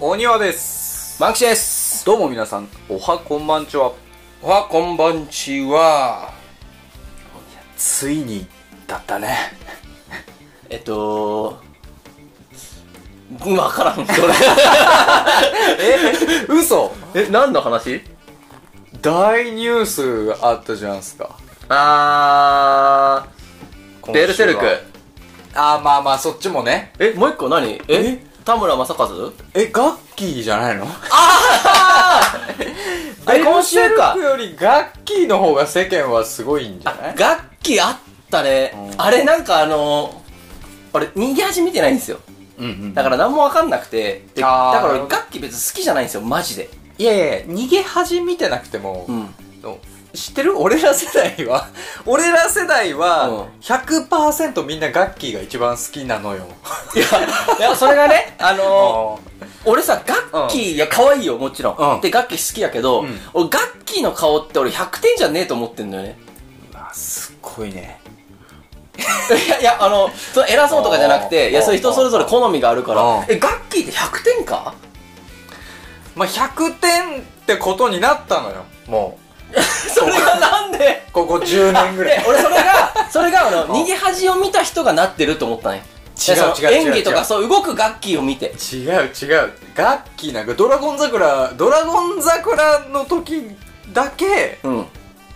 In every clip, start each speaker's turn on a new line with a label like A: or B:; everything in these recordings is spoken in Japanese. A: お庭です
B: マキシです
A: どうも皆さんおはこんばんちは
B: おはこんばんちは
A: ついにだったね
B: えっとわからんそれ
A: え嘘
B: え何の話
A: 大ニュースがあったじゃんすか
B: あーベルセルク
A: ああまあまあそっちもね
B: えもう一個何え田村正和
A: えガッキーじゃないの
B: あれ今週か
A: ベルセルクよりガッキーの方が世間はすごいんじゃない
B: 楽器あったね
A: うん
B: あれなんかあの俺右端見てないんですよ
A: うんうん
B: だから何もわかんなくてでだ
A: あー
B: から俺楽器別に好きじゃないんですよマジで
A: いやいや逃げ恥見てなくても、
B: ん
A: の知ってる俺ら世代は 俺ら世代
B: うん
A: は100%みんなガッキーが一番好きなのよ
B: いや、いやそ れがね、あの
A: あ
B: ー俺さ、ガッキー、いや、可愛いよ、もちろん。
A: うん
B: で、ガッキー好きやけど、
A: うん
B: 俺、ガッキーの顔って俺100点じゃねえと思ってんだよね。
A: あすっごいね
B: いや、いや、あの、その偉そうとかじゃなく
A: うん
B: て、いや、それ人それぞれ好みがあるか
A: うん
B: ら、え、ガッキーって100点 か
A: まあ、100点ってことになったのよも
B: それがなんで
A: うここ10年ぐら
B: で
A: い、
B: 俺それが、それが、あの、
A: うん
B: 逃げ恥を見た人がなってると思ったね。
A: 違う
B: いやその
A: 違う違う
B: 演技と
A: 違う
B: か、そう、動くガッキーを見て。
A: 違う違うガッキーなんかドラゴン桜ドラゴン桜の時だけ
B: うん。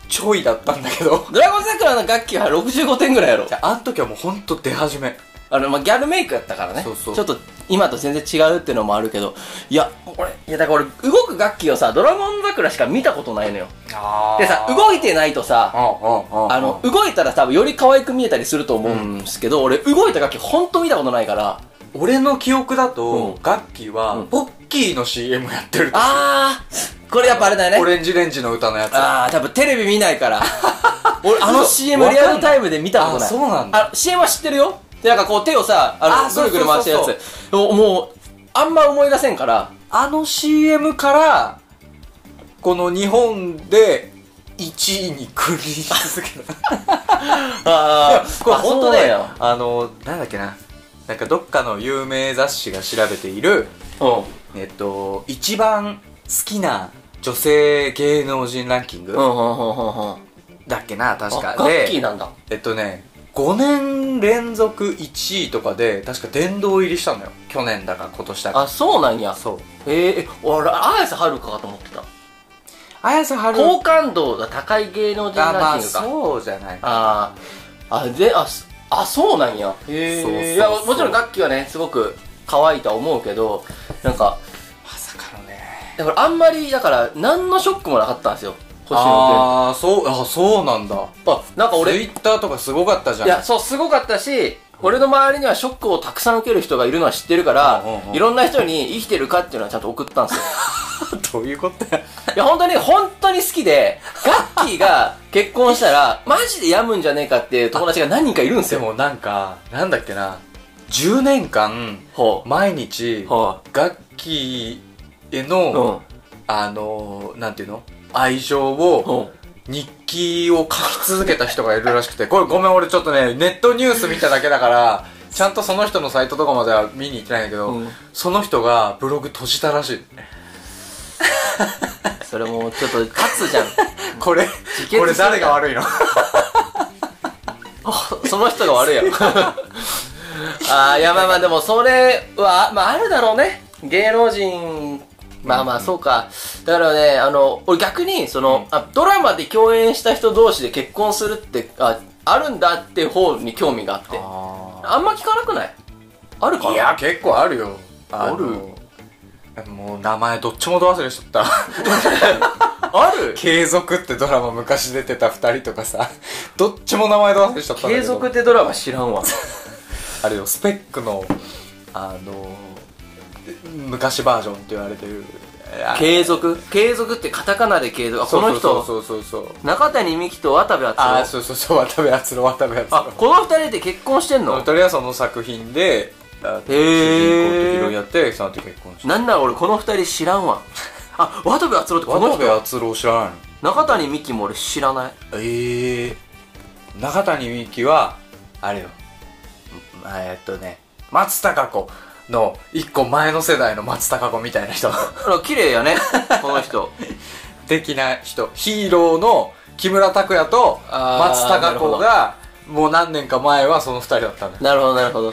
A: ちょいだったんだけど
B: ドラゴン桜のガッキーは65点ぐらいやろ
A: じ。ゃああん時はもうほんと出始め
B: あの、まあ、ギャルメイクやったからね。
A: そうそう
B: ちょっと、今と全然違うっていうのもあるけど、いや、俺、いや、だから俺、動く楽器をさ、ドラゴン桜しか見たことないのよ。
A: あ
B: でさ、動いてないとさ、あ
A: あ
B: の、動いたら多分より可愛く見えたりすると思うんですけど、俺、動いた楽器ほんと見たことないから、
A: 俺の記憶だと、
B: うん
A: ガッキー
B: う
A: は
B: ん
A: ポッキーの CM やってると
B: あー、これやっぱあれだよ
A: オ
B: ね。
A: レンジレンジの歌のやつ
B: あー、多分テレビ見ない から。俺、あの
A: 嘘
B: CM
A: わかん
B: リ
A: ない
B: アルタイムで見たことない。
A: あそうなんだ
B: あの CM は知ってるよ。で、なんかこう手をさ、あ
A: あ
B: の、
A: そ
B: ぐ
A: う
B: る
A: そ
B: ぐ
A: う
B: る
A: そう
B: 回し
A: そ
B: た
A: う
B: やつ。もう、もうあんま思い出せんから、
A: あの CM からこの日本で1位に君臨し続けたいや
B: あ
A: これ本当ね
B: よ。
A: あのなんだっけななんかどっかの有名雑誌が調べている
B: う
A: えっと一番好きな女性芸能人ランキング
B: ん。うん、うん、うん、うん、うん。
A: だっけな確か
B: あガッキー
A: で
B: なんだ。
A: えっとね5年連続1位とかで確か殿堂入りしたのよ去年だか今年だか
B: あ、そうなんや。
A: そう
B: ええ、俺、綾瀬はるかかと思ってた。
A: 綾瀬はる
B: 好感度が高い芸能人
A: あま
B: ラン
A: あ
B: キングか。
A: そうじゃない
B: ああ、あ、で、あ、すあ、そうなんや。
A: そうそうそう
B: いや、もちろん楽器はね、すごく可愛いとは思うけど、なんか、
A: まさかのね
B: だからあんまり、だから、何のショックもなかったんですよ。星野
A: ああーそうあそうなんだ
B: 君。あ、なんか俺、
A: ツイッターとかすごかったじゃん
B: いや、そう、すごかったし、俺の周りにはショックをたくさん受ける人がいるのは知ってるから
A: うんうんうん、
B: いろんな人に生きてるかっていうのはちゃんと送ったんですよ。
A: どういうことや
B: いや、本当に、本当に好きで、ガッキーが結婚したら、マジで病むんじゃねえかっていう友達が何人かいるんです
A: で
B: よ。
A: もなんかなんだっけな10年間
B: ほ
A: 毎日
B: う。ほ
A: ガッキーへ
B: う。うん
A: の、。あのーなんていうの愛情を
B: ほ
A: 日記を書き続けた人がいるらしくてこれごめん俺ちょっとねネットニュース見ただけだからちゃんとその人のサイトとかまでは見に行ってないんだけど、
B: うん。
A: その人がブログ閉じたらしいう
B: それも、ちょっと、勝 つじゃん。
A: これ
B: 自決して
A: これ誰が悪いの
B: あその人が 悪いやろ。あーいや、まあまあ、でも、それは、まあ、あるだろうね。芸能人、まあまあ、そうか。だからね、あの、俺逆に、その、あドラマで共演した人同士で結婚するって、あ、あるんだって方に興味があって。あんま聞かなくないあるかない
A: や、結構あるよ。
B: ある
A: のもう名前どっちもど忘れしと った。
B: ある
A: 継続ってドラマ昔出てた二人とかさ、どっちも名前ど忘れしとったんだ
B: 継
A: けど。
B: 続ってドラマ知 らんわ。
A: あれよ、スペックの、あの、昔バージョンって言われてる。あ
B: 継続継続ってカタカナで継続。あ、この人、
A: そうそうそうそうそう。
B: 中谷美紀と渡部
A: あー、
B: 篤
A: そ
B: 郎。
A: うそうそう、渡部篤郎、渡部篤
B: あ、この二人で結婚してん
A: 郎。
B: の
A: とりあえずその作品で、あの主人公とヒ
B: へー
A: ロインやって、その後結婚した。
B: なんなら俺この二人知らんわ。あ、渡部篤郎ってこの
A: 渡部
B: 人
A: 篤郎知らないの
B: 中谷美紀も俺知らない。
A: ええ中谷美紀はあれよんえーっとね松たか子の一個前の世代の松たか子みたいな人
B: あら綺麗や ねこの人
A: 的な人ヒーローの木村拓哉と
B: あー
A: 松たか子がもう何年か前はその二人だったんだよ
B: なるほどなるほど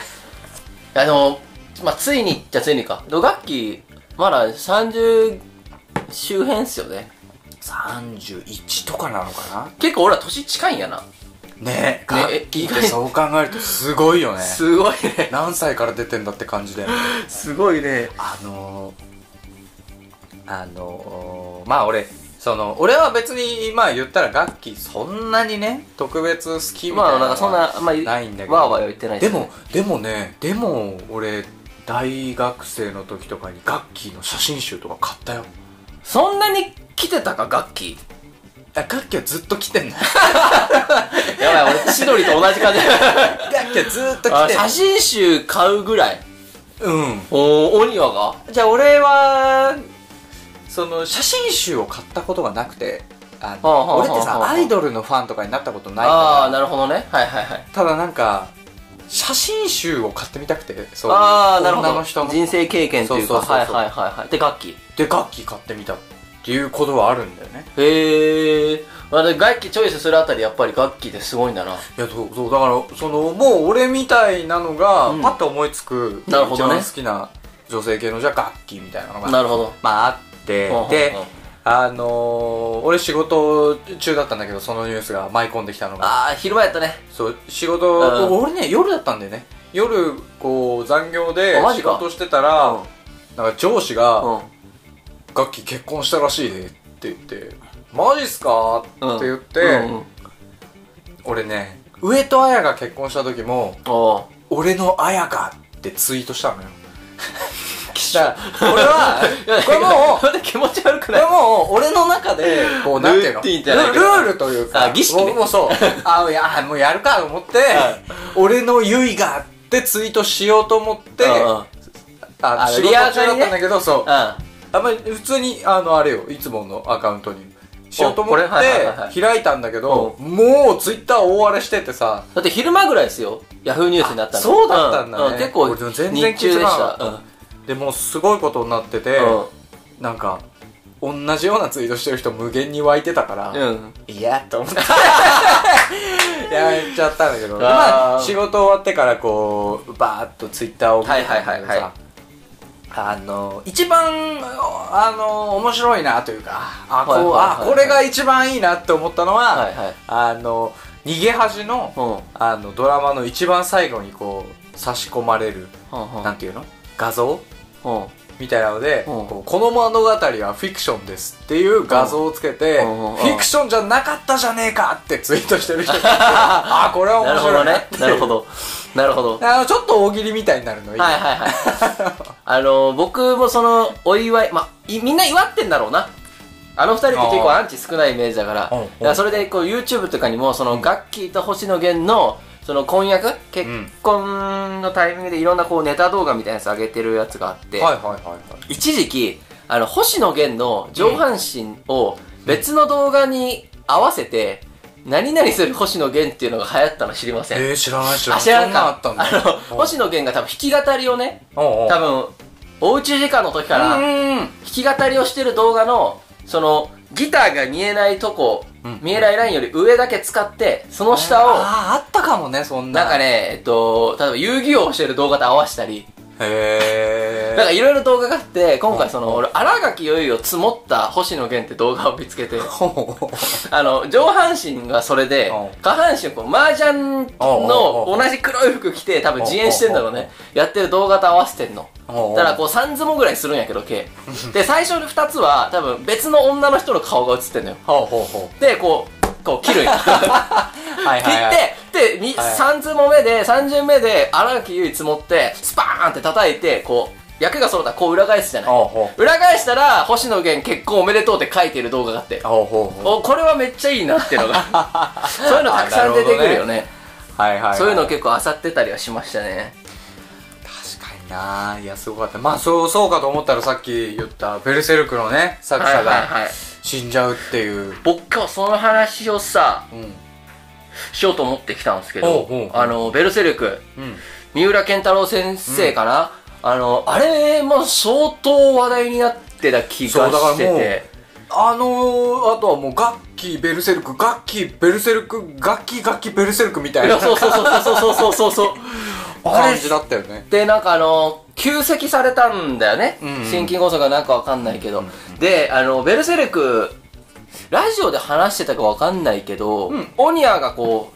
B: あのまあついにじゃついにか土楽器まだ30周辺っすよね
A: 31とかなのか
B: 結構俺ら年近いんやな
A: なねえ楽器ってそう考えるとすごいよね
B: すごいね
A: 何歳から出てんだって感じだよね
B: すごいね
A: あのー、あのー、まあ俺、その、俺は別に、まあ言ったら楽器そんなにね、特別好きみたい
B: ま
A: な
B: あなんかそんなあんまり
A: ないんだけど
B: わーわーは言ってない
A: でも、でもね、でも俺、大学生の時とかに楽器の写真集とか買ったよ。
B: そんなに来てたか楽器
A: あ楽器はずっと来て んの
B: やばい俺千鳥と同じ 感じ
A: 楽器はずっと来
B: あ
A: てんの
B: 写真集買うぐらい
A: うん。
B: おお鬼は
A: じゃあ俺は、その写真集を買ったことがなくて、あの
B: はあはあはあはあ
A: 俺ってさ、アイドルのファンとかになったことな
B: が
A: いから、
B: ああーなるほどねはいはいはい
A: ただなんか写真集を買ってみたくてそう
B: ああなるほど
A: 女の人の
B: 人生経験というか
A: そうそうそうそう
B: はいはいはいはいで楽器
A: で楽器買ってみたっていうことはあるんだよね
B: へえ、まあ、で楽器チョイスするあたりやっぱり楽器ですごいんだない
A: やそうそうだからそのもう俺みたいなのが、
B: うん
A: パッと思いつく
B: なるほどね
A: 一番好きな女性系のじゃあ楽器みたいなのが
B: なるほど
A: まああってであのー、俺仕事中だったんだけどそのニュースが舞い込んできたのが
B: ああ昼間やったね
A: そう仕事、
B: うん
A: 俺ね夜だったんだよね夜こう残業で
B: あマジ
A: 仕
B: か
A: 事してたら、
B: うん
A: なんか上司が、
B: うん
A: 楽器結婚したらしいでって言って「マジっすか?」って言って、
B: うんうん
A: 俺ね上戸彩が結婚した時も
B: お
A: 「俺の彩が」ってツイートしたのよだから俺 はこれもう
B: う気持ち悪く
A: こ
B: ない
A: れもう俺の中でこうなんていうの
B: ルーティンじゃないけど
A: ルルールというか
B: あ儀式ね
A: もうもう そうあいやもうやるかと思って「俺の結が」ってツイートしようと思って
B: うんうん
A: あの
B: あ
A: 仕事
B: リ
A: 中
B: ア
A: だ
B: ルに
A: っ
B: ね
A: たんだけどそう
B: あ
A: あんまり普通にあのあれよいつものアカウントにしようと思
B: こ
A: っ
B: れはいはいはいは
A: て開いたんだけど、もうツイッター大荒れしててさ
B: だって昼間ぐらいですよヤフーニュースになったの
A: そうだったんだね
B: うう結構
A: 俺でも全然
B: 日中で
A: 気づ
B: し
A: かな
B: た
A: かでもうすごいことになってて、
B: う
A: なんか同じようなツイートしてる人無限に湧いてたから、
B: んうん
A: いやと 思ってやめちゃったんだけど
B: あー
A: まあ仕事終わってからこうバーッとツイッターを見てたんだけど
B: はいはいはいは
A: さ
B: い
A: あの一番あの面白いなというかあこう、
B: はいはいはいはい
A: あこれが一番いいなって思ったのは、
B: はいはい
A: あの逃げ恥の、
B: うんうん
A: あのドラマの一番最後にこう差し込まれる、
B: うん
A: なんていうの画像
B: うん
A: みたいなので、
B: うん
A: こうこの物語はフィクションですっていう画像をつけて、
B: うんうんうん
A: フィクションじゃなかったじゃねえかってツイートしてる 人がいてあこれは
B: な
A: 面
B: るほ
A: 白
B: ど
A: いな
B: ね
A: って
B: なるほどなるほど
A: あのちょっと大喜利みたいになるのいい、
B: はいはいはい。 あの、僕もその、お祝い、まあ、いみんな祝ってんだろうな。あの二人って結構
A: あー
B: アンチ少ないイメージだから、
A: うんうん
B: だからそれでこう YouTube とかにも、その、ガッキーと星野源の、その婚約結婚のタイミングでいろんなこうネタ動画みたいなやつ上げてるやつがあって、
A: はいはいはいはい
B: 一時期、あの、星野源の上半身を別の動画に合わせて、何々する星野源っていうのが流行ったの知りません。
A: えー、知らない知ら
B: あ、
A: ない
B: 知ら
A: そ
B: ん
A: んな
B: か
A: んあったんだ
B: あの、星野源が多分弾き語りをね、
A: おうおう
B: 多分おうち時間の時か
A: う
B: ら弾
A: んうんうん
B: き語りをしてる動画のそのギターが見えないとこ、
A: うん
B: 見えないラインより上だけ使ってその下を
A: あーあったかもねそんな
B: なんかねえっと例えば遊戯王をしてる動画と合わせたり
A: へえ
B: なんかいろいろ動画があって今回その俺新垣結衣を積もった星野源って動画を見つけてあの上半身がそれで
A: うん
B: 下半身こう麻雀の同じ黒い服着て多分自演してんだろうねやってる動画と合わせてんのただこう3相撲ぐらいするんやけど計で最初の2つは多分別の女の人の顔が映ってんのよ
A: ほうほうほ
B: でこうこう切る んや
A: うはい
B: 切
A: はいはい
B: ってで、み
A: はい
B: 3相撲目で30目で荒垣結衣積もってスパーンって叩いてこう役が揃ったらこう裏返すじゃない
A: ほうほ
B: 裏返したら星野源結婚おめでとうって書いてる動画があって
A: うほうほうほう
B: おこれはめっちゃいいなっていうのが そういうのたくさん出てくるよね
A: はいはいはい
B: そういうの結構漁ってたりはしましたね
A: 確かにないやすごかったまあそうそうかと思ったらさっき言った「ベルセルク」のね作者
B: はいはい
A: が
B: はい
A: 死んじゃうっていう、
B: 僕はその話をさ
A: うん
B: しようと思ってきたんですけ
A: おう
B: ど
A: おうおう、
B: あの、ベルセルク、
A: うん
B: 三浦健太郎先生かな、あの、あれも相当話題になってた気
A: そう
B: が
A: だから
B: し
A: も
B: てて。
A: うあのー、あとはもうガッキーベルセルクガッキーベルセルクガッキーガッキーベルセルクみたい
B: い
A: な
B: やそうそうそうそうそ うそうそうそう。あ
A: 感
B: れ
A: じだったよね
B: で、なんかあの、急席されたんだよね。
A: うんうん
B: 心筋梗塞がなんかわかんないけど。で、あの、ベルセルク、ラジオで話してたかわかんないけど、
A: うん
B: オニアがこ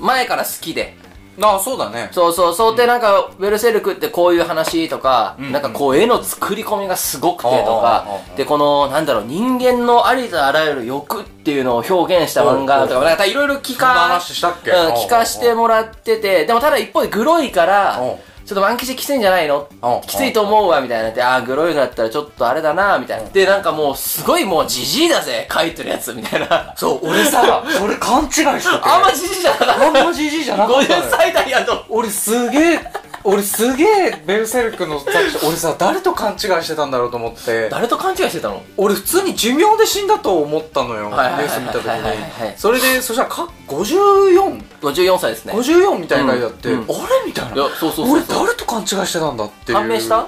B: う、前から好きで。
A: ああそうだね
B: そうそうそう。で、なんか、ベルセルクってこういう話とか、
A: うん
B: なんかこう、絵の作り込みがすごくてと
A: あああ
B: か
A: ああ、あ
B: で、この、なんだろう、人間のありとあらゆる欲っていうのを表現した漫画と
A: おうお
B: か、
A: う
B: なんかいろいろ聞
A: そんな
B: か、
A: 話したっけ
B: うん、聞かしてもらってて、でもただ一方でグロいから
A: おう、
B: ちょっと満吉きついんじゃないの
A: おう
B: きついと思うわ、みたいなって、ああ、グロいのだったらちょっとあれだな、みたいな。で、なんかもう、すごいもう、じじいだぜ、書いてるやつ、みたい な。
A: そう俺さそれ勘違いしてて
B: あんまじじいじゃなかっ
A: あんまじじいじゃ
B: た。
A: なかったの
B: 50
A: よ
B: 歳代やと。
A: 俺すげえ俺すげえベルセルクの作者俺さ誰と勘違いしてたんだろうと思って
B: 誰と勘違いしてたの
A: 俺普通に寿命で死んだと思ったのよニュ
B: はいはいはい
A: ース見た時
B: はいはいはい
A: にそれでそしたらか 54?54
B: 54歳ですね。
A: みたいな書いてあって、
B: うんうん
A: あれみたいない
B: やそうそうそうそう
A: 俺誰と勘違いしてたんだっていう
B: 判明した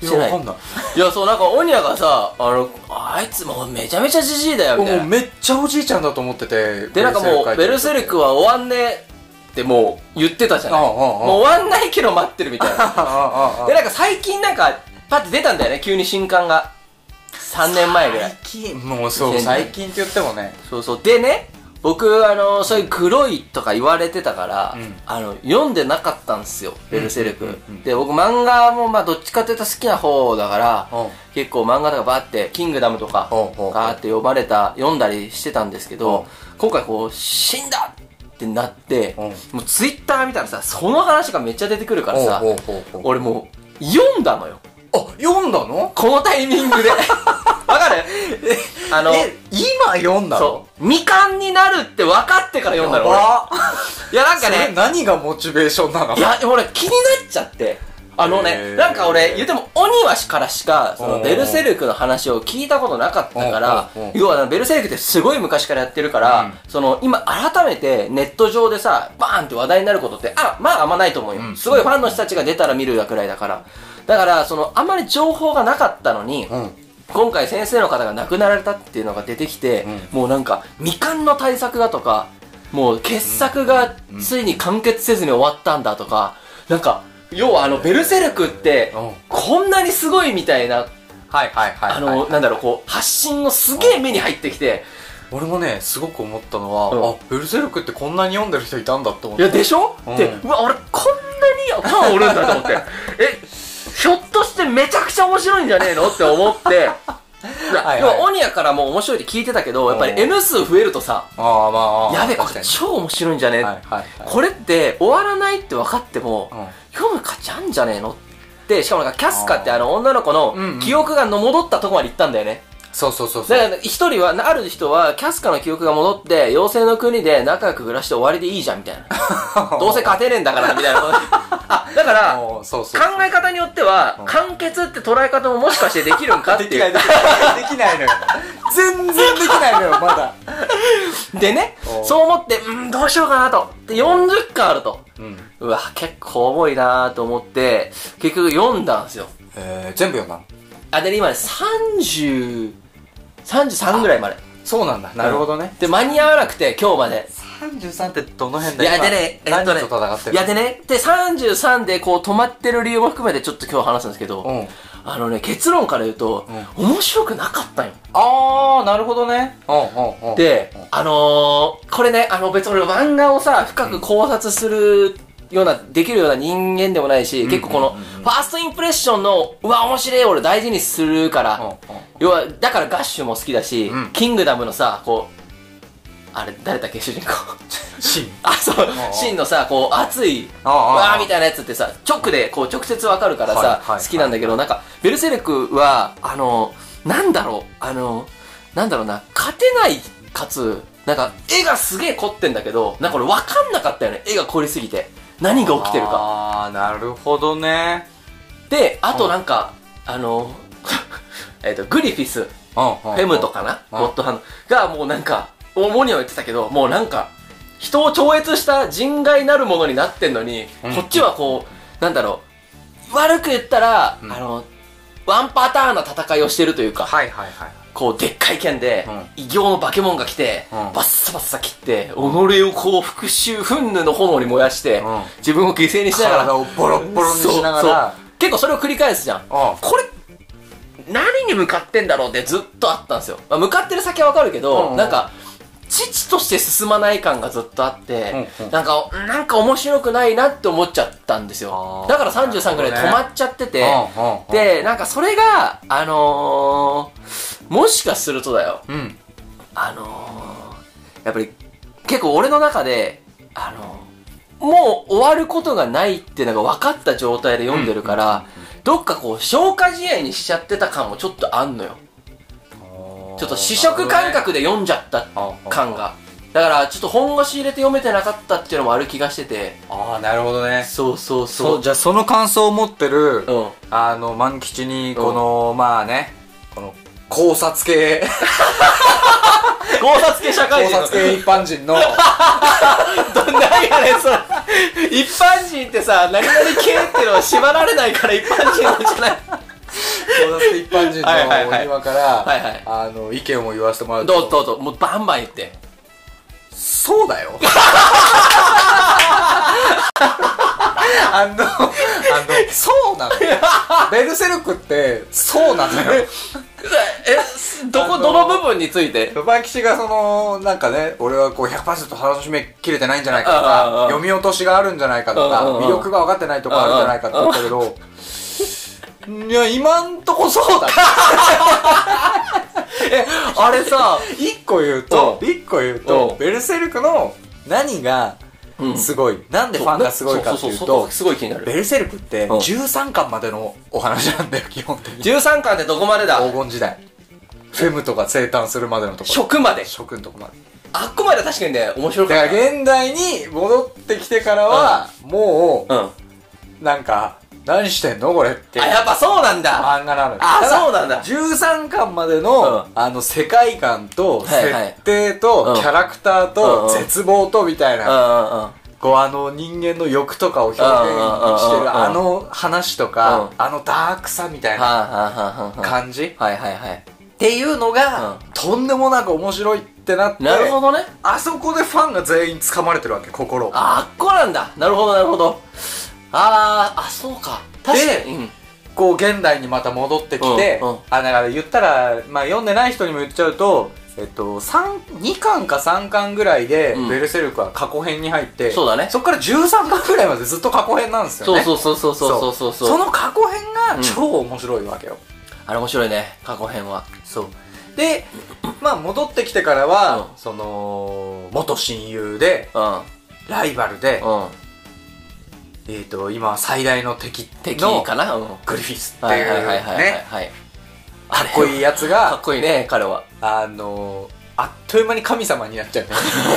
A: い
B: してな
A: や
B: い
A: わかんない
B: いや、そう、なんか、オニアがさ、あの、あいつもうめちゃめちゃじじいだよ、みたい
A: もう
B: な。
A: めっちゃおじいちゃんだと思ってて
B: で、なんかもう、ベルセルクは終わんねえってもう言ってたじゃない。
A: ああああ
B: もう終わんないけど待ってるみたい な。
A: ああああ
B: で、なんか最近なんか、パッて出たんだよね、急に新刊が。3年前ぐらい。
A: 最近もうそう最近って言ってもね
B: そうそう。でね、僕、あの、そういう黒いとか言われてたから、
A: うん
B: あの、読んでなかったんですよ、ベルセルク。
A: うんうんうんうん
B: で、僕漫画も、まあ、どっちかというと好きな方だから、
A: うん
B: 結構漫画とかバーって、キングダムとか、
A: うんうんうん
B: ガーって呼ばれた、読んだりしてたんですけ
A: うん
B: ど、今回こう、死んだってなって、
A: うん
B: もうツイッター見たらさ、その話がめっちゃ出てくるからさ、
A: おうおうおうおう
B: 俺もう、読んだのよ。
A: あ読んだの
B: このタイミン グで。わかるあの、
A: え今読んだの
B: そう。未完になるって分かってから読んだの、俺。
A: あ
B: いや、なん
A: そ
B: か
A: れ
B: ね、
A: 何がモチベーションなの
B: いや、でも俺気になっちゃって。あの
A: へ
B: ね、
A: ー
B: なんか俺、言うても、鬼はからしか、そ
A: お
B: の、
A: ー
B: ベルセルクの話を聞いたことなかったから
A: おーおーお、ー
B: 要は、ベルセルクってすごい昔からやってるから、その、今改めてネット上でさ、バーンって話題になることって、あ、まああんまないと思うよ。
A: うん
B: すごいファンの人たちが出たら見るだくらいだから。だから、その、あんまり情報がなかったのに、
A: うん
B: 今回先生の方が亡くなられたっていうのが出てきて、
A: う
B: もうなんか未完の対策だとかもう傑作がついに完結せずに終わったんだとか、なんか要はあのベルセルクって
A: うん
B: こんなにすごいみたいな、
A: はいはいはいはい
B: あのなんだろうこう発信のすげえ目に入ってきて、
A: 俺もねすごく思ったのは、
B: うん
A: あベルセルクってこんなに読んでる人いたんだって思っ
B: い
A: て
B: やでしょ、
A: うん
B: ってうわ俺こんなにファンおるんだと思って えひょっとしてめちゃくちゃ面白いんじゃねえのって 思って。いや
A: はい
B: でもオニアからも面白いって聞いてたけど、やっぱり N 数増えるとさ、
A: ああまあああ
B: やべ、こ
A: 確か
B: れ
A: に
B: 超面白いんじゃね、
A: はいはいはい
B: これって終わらないって分かっても、
A: うん
B: 読む価値あんじゃねえので、しかもなんかキャスカってあの女の子の
A: うんうん
B: 記憶がの戻ったとこまで行ったんだよね。
A: そうそうそうそ
B: だ
A: う
B: から一人は、ある人はキャスカの記憶が戻って、妖精の国で仲良く暮らして終わりでいいじゃん みたいな。どうせ勝てねえんだからみたいなこと。あ、だから、考
A: ああそうそう
B: え方によっては
A: ん、
B: 完結って捉え方ももしかしてできるんかって
A: で
B: い
A: き
B: う。
A: ないできないできないのよ 全然できないのよまだ
B: でね
A: お、う
B: そう思って、うん、どうしようかなと。で、40巻あると。
A: うん
B: うわ、結構重いなと思って、結局読んだんですよ。
A: えー、全部読んだの
B: あ、でね、今ね、30、33ぐらいまで。
A: そうなんだなるほどね、
B: で、間に合わなくて、今日まで。
A: 33ってどの辺
B: い
A: だよ
B: や、でね、
A: 今
B: えっとね
A: 何と戦って、る
B: いや、でね、で、33でこう止まってる理由も含めてちょっと今日話すんですけど、
A: うん
B: あのね、結論から言うと、面白くなかったんよ。
A: ああなるほどねうんうんうん
B: で、あのー、これね、あの別に俺漫画をさ、深く考察するような、できるような人間でもないし、結構この、ファーストインプレッションの、うわ、面白い俺大事にするから、
A: うんうん
B: 要は、だからガッシュも好きだし、
A: うん
B: キングダムのさ、こう、あれ、誰だっけ、主人公。
A: シン
B: あ、そう、シンのさ、こう、熱い、
A: ああ
B: わーみたいなやつってさ、直で、こう、直接わかるから
A: はい
B: さ
A: は、い
B: 好きなんだけど、なんか、ベルセルクは、あの、なんだろう、あの、なんだろうな、勝てない、かつ、なんか、絵がすげえ凝ってんだけど、なんか俺わかんなかったよね、絵が凝りすぎて。何が起きてるか。
A: ああなるほどね
B: で、あとなんか、あの、 えっと、グリフィス。
A: うんうん
B: フェムトかな
A: うん
B: ゴッドハンドがもうなんか、おモニョ言ってたけど、もうなんか、人を超越した人外なるものになってんのに、
A: うん
B: こっちはこう、なんだろう、悪く言ったら、
A: うん
B: あの、ワンパターンな戦いをしてるというか、
A: はいはいはい
B: こう、でっかい剣で、異形の化け物が来て、
A: うん
B: バッサバッサ切って、己をこう、復讐、憤怒の炎に燃やして、
A: うん
B: 自分を犠牲にしながら、
A: 体をボロッボロにしながら
B: そうそう結構それを繰り返すじゃん。
A: あ
B: これ、何に向かってんだろうってずっとあったんですよ。まあ、向かってる先はわかるけど、
A: うんうん
B: なんか、父として進まない感がずっとあって、
A: うんうん
B: なんか、なんか面白くないなって思っちゃったんですよ
A: あ。ー
B: だから33ぐらい止まっちゃってて、で、なんかそれが、あのー、もしかするとだよ、
A: うんうん
B: あのー、やっぱり、結構俺の中で、あのー、もう終わることがないっていうのが分かった状態で読んでるから、どっかこう、消化試合にしちゃってた感もちょっとあんのよ。ちょっと試食感覚で読んじゃった感が。だから、ちょっと本腰入れて読めてなかったっていうのもある気がしてて。
A: ああなるほどね
B: そうそう
A: そ
B: そうう。
A: じゃあその感想を持ってる、
B: うん。
A: あの万吉にこの、まあねこの考察系
B: 考察系社
A: 考
B: 会人の。
A: 察系一般人の
B: どん なんやねんそれ一般人ってさ何々系ってのは縛られないから一般人なんじゃな
A: 考
B: い
A: 察一般人
B: はいはい
A: の
B: はい
A: お庭から、
B: はいはい
A: あの意見を言わせてもらうと
B: どうぞどうぞもうバンバン言って
A: そうだ よあのあのそうなのよベルセルクってそうなのよ
B: えどこ
A: あのー
B: どの部分について
A: バン吉がそのなんかね俺はこう100%楽しめきれてないんじゃないかと
B: うんうんうん
A: か読み落としがあるんじゃないかとか
B: うんうんうん
A: 魅力が分かってないとこあるんじゃないかって言ったけどいや今んとこそうだ ね
B: えあれさ
A: 一個言うと一個言う
B: う
A: と
B: ん
A: ベルセルクの何が
B: うん
A: すごいなんでファンがすごいかっていう
B: そそそ
A: と
B: そすごい気になる
A: ベルセルクって
B: うん
A: 13巻までのお話なんだよ基本的に
B: 13巻ってどこまでだ
A: 黄金時代フェムとか生誕するまでのとこ
B: 食まで
A: 食のとこまで
B: あっこまで確かにね面白か
A: だ
B: っ
A: から現代に戻ってきてからは、も
B: たうん
A: う、なんか、何してんのこれっていう
B: あやっぱそうなんだ
A: 漫画なのよ。
B: あ
A: ただ
B: そうなんだ
A: 13巻までの、
B: うん
A: あの、世界観と、
B: はいはい
A: 設定
B: う
A: と
B: ん、
A: キャラクター
B: うん
A: と、
B: うん
A: 絶望と、みたい
B: うん
A: な、
B: うんうん
A: こう、あの、人間の欲とかを表現
B: うんうんうんうん
A: してる、あの話とか
B: う、
A: あのダークさみたい
B: は
A: な
B: あはあはあはあ
A: 感じっ
B: はいはいはい
A: ていうのが、とんでもなく面白いってなって、
B: なるほどね
A: あそこでファンが全員掴まれてるわけ、心を。
B: ああっこなんだなるほどなるほどあーあそうか確かにうん
A: こう現代にまた戻ってきて、
B: うんうん
A: あだから言ったら、まあ、読んでない人にも言っちゃうと、えっと、2巻か3巻ぐらいで、
B: うん
A: ベルセルクは過去編に入って
B: そうだね
A: そっから13巻ぐらいまでずっと過去編なんですよ
B: そう
A: ね
B: そううそうそうそうそうそう
A: その過去編が超面白いわけよ、
B: あれ面白いね過去編はそう
A: でまあ戻ってきてからは、
B: うん
A: その元親友で
B: うん
A: ライバルで、
B: うん
A: えっと今最大の敵
B: 敵
A: の
B: かなうんは
A: グリフィスって
B: い
A: い
B: はいうはいはいはい
A: ね
B: はい
A: かっこいいやつ
B: かっ
A: が
B: こいいね彼は
A: あのあっという間に神様になっちゃうね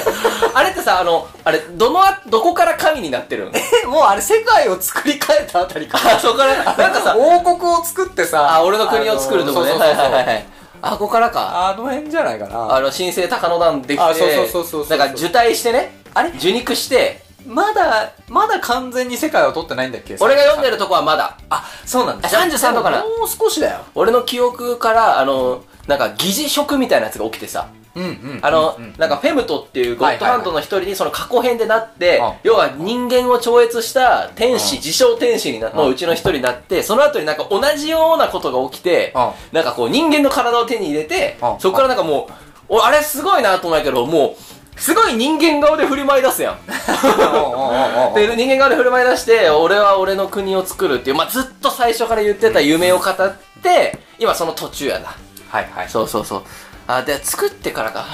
B: あれってさあのあれどのあどこから神になってるの
A: えもうあれ世界を作り変えたあたり か
B: あそこから なんかさ
A: 王国を作ってさ
B: あ俺の国を作るとこね
A: あの
B: はいはいは
A: そうそうそ
B: い
A: う
B: はいあここからか
A: あの辺じゃないかな
B: あの神聖高野団でき
A: あそうそう
B: て
A: そうそうそう
B: なんか受胎してねあれ受肉して
A: まだまだ完全に世界を取ってないんだっけ
B: 俺が読んで
A: る
B: るとこはまだ
A: あそうなんだ
B: 33とかな
A: もう少しだよ
B: 俺の記憶からあのなんか疑似食みたいなやつが起きてさ
A: うんうん
B: あの、
A: うん
B: なんかフェムトっていうゴッドハンドの一人にその過去編でなって、
A: あ
B: 要は人間を超越した天使、
A: うん
B: 自称天使にな
A: ん
B: のうちの一人になって、その後になんか同じようなことが起きて、
A: う
B: なんかこう人間の体を手に入れて、
A: うん
B: そこからなんかもう、おあれすごいなと思うんやけど、もう、すごい人間顔で振る舞い出すやん。
A: うん
B: で、人間側で振る舞い出して、俺は俺の国を作るっていう、まあ、ずっと最初から言ってた夢を語って、今その途中やな。
A: はいはい
B: そうそうそう。あ、で、作ってからか。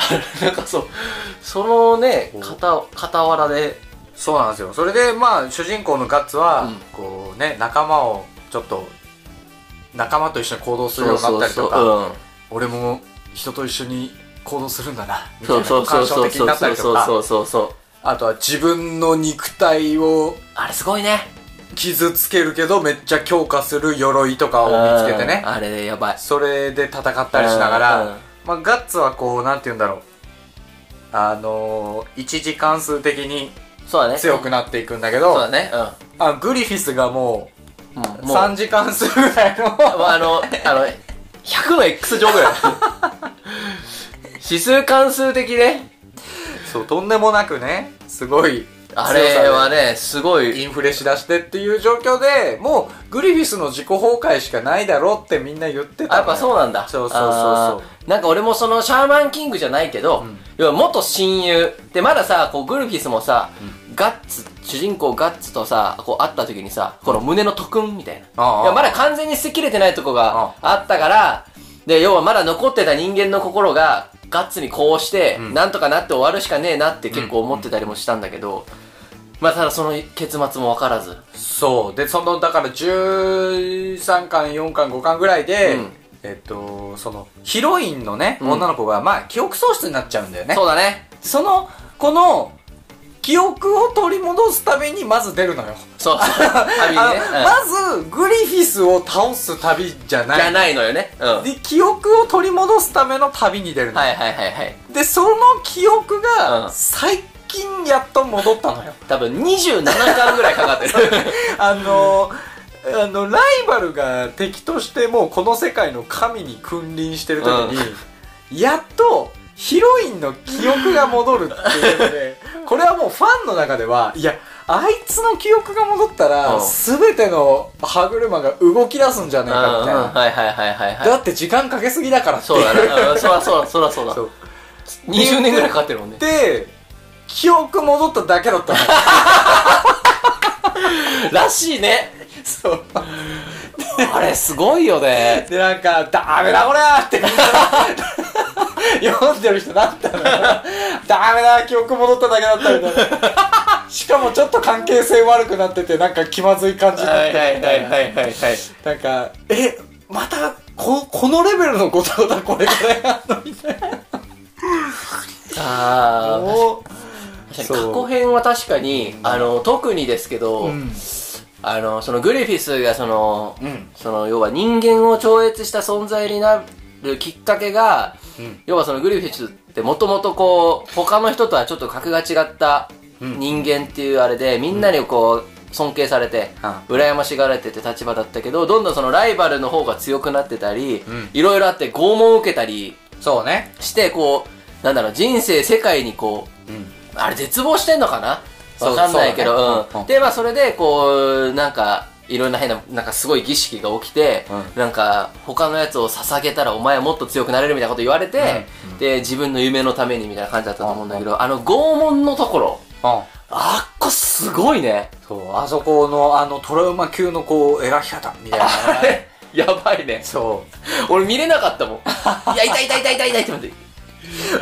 B: なんかそう、そのね、
A: お
B: 片、傍らで、
A: そうなんですよそれでまあ主人公のガッツは、
B: うん
A: こうね仲間をちょっと仲間と一緒に行動するようになったりとか
B: そう
A: 俺も人と一緒に行動するんだなみたい
B: そう
A: な
B: そ
A: 感
B: うそう
A: 傷
B: そう
A: 的に
B: そう
A: なった
B: そ
A: り
B: うそ
A: と
B: うそ
A: か
B: うそうそう。
A: あとは自分の肉体を
B: あれすごいね。
A: 傷つけるけどめっちゃ強化する鎧とかを見つけてね
B: うんあれやばい。
A: それで戦ったりしながら、
B: うん
A: まあ、ガッツはこうなんて言うんだろうあのー、一時関数的に
B: そうだね。
A: 強くなっていくんだけ
B: そうだ
A: ど、
B: ね。うん。
A: あグリフィスがもううん、
B: もう
A: 3時間数ぐらいの
B: まあ、あの、あの、100の X 乗ぐらい。指数関数的ね。
A: そうとんでもなくねすごい
B: あれは
A: ね
B: ね、すご
A: イ
B: い。
A: ンフレしだしてっていう状況でもうグリフィスの自己崩壊しかないだろうってみんな言ってた
B: あやっぱそう
A: う
B: なんだ。
A: そうそうそうそう
B: あーなんか俺もそのシャーマンキングじゃないけど、
A: ん
B: 要は元親友。で、まださ、こうグルフィスもさ、ガッツ、主人公ガッツとさ、こう会った時にさ、この胸の特訓みたいな。
A: ああ
B: いやまだ完全に捨てきれてないとこが
A: あ
B: あったから、で、要はまだ残ってた人間の心が、ガッツにこうして、
A: うん
B: なんとかなって終わるしかねえなって結構思ってたりもしたんだけど、まあただその結末もわからず。
A: そうでそのだから13巻4巻5巻ぐらいで、
B: うん
A: えっとそのヒロインのね、
B: うん
A: 女の子がまあ記憶喪失になっちゃうんだよね
B: そうだね。
A: そのこの記憶を取り戻すためにまず出るのよ
B: そう、旅に
A: あの
B: ね。うん
A: まずグリフィスを倒す旅じゃない
B: じゃないのよね。うん。はい
A: で記憶を取り戻すための旅に出るの、
B: はいはいはい。
A: でその記憶
B: う
A: が
B: ん
A: 最近やっと戻ったのよ
B: 多分27巻ぐらいかか ってる。
A: あのあのライバルが敵としてもうこの世界の神に君臨してる時に、やっとヒロインの記憶が戻るっていうのでこれはもうファンの中ではいやあいつの記憶が戻ったら、
B: うん
A: 全ての歯車が動き出すんじゃないかみたいな、
B: はいはいはいはいはい。
A: だって時間かけすぎだからってい
B: そうだな。うんそらそらそらそうだ
A: そ。う
B: 20年ぐらいかかってるもんね。
A: で記憶戻っただけだったの
B: らしいね。
A: そう。
B: あれすごいよね。
A: で、なんか、ダメだこりゃーってみんな、読んでる人なったのよ。ダメだ、記憶戻っただけだったみたいな。しかもちょっと関係性悪くなってて、なんか気まずい感じになってるみたいな。
B: いはいはい。
A: なんか、え、また、こ、このレベルのごたごたこれからやんのみたいな。
B: ああ、
A: も
B: 確
A: そ
B: か
A: う
B: に過去編は確かに、あの、特にですけど、
A: う、うん。
B: あの、そのグリフィスがその、
A: うん
B: その、要は人間を超越した存在になるきっかけが、
A: うん
B: 要はそのグリフィスってもともとこう、他の人とはちょっと格が違った
A: うん
B: 人間っていうあれで、みんなにこう、尊敬されて、
A: あ
B: 羨ましがられてって立場だったけど、どんどんそのライバルの方が強くなってたり
A: うん、
B: いろいろあって拷問を受けたり、
A: そうね。
B: して、こう、なんだろう、人生、世界にこ
A: うん。
B: う、あれ、絶望してんのかな
A: そう
B: わかんないけ
A: そうだ
B: ど
A: ね、
B: う
A: うん
B: ん。で、まあ、それで、こう、なんか、いろんな変な、なんかすごい儀式が起きて、
A: う
B: なんか、他のやつを捧げたらお前はもっと強くなれるみたいなこと言われて、
A: うんうん
B: で、自分の夢のためにみたいな感じだったと思うんだけど、あの、拷問のところ、
A: うん。
B: あっこすごいね。
A: そう、あそこの、あの、トラウマ級の、こう、描き方、みたいな。
B: あれ、 やばいね。
A: そう。
B: 俺見れなかった もん。いや、痛い痛い痛い痛い痛いって思って。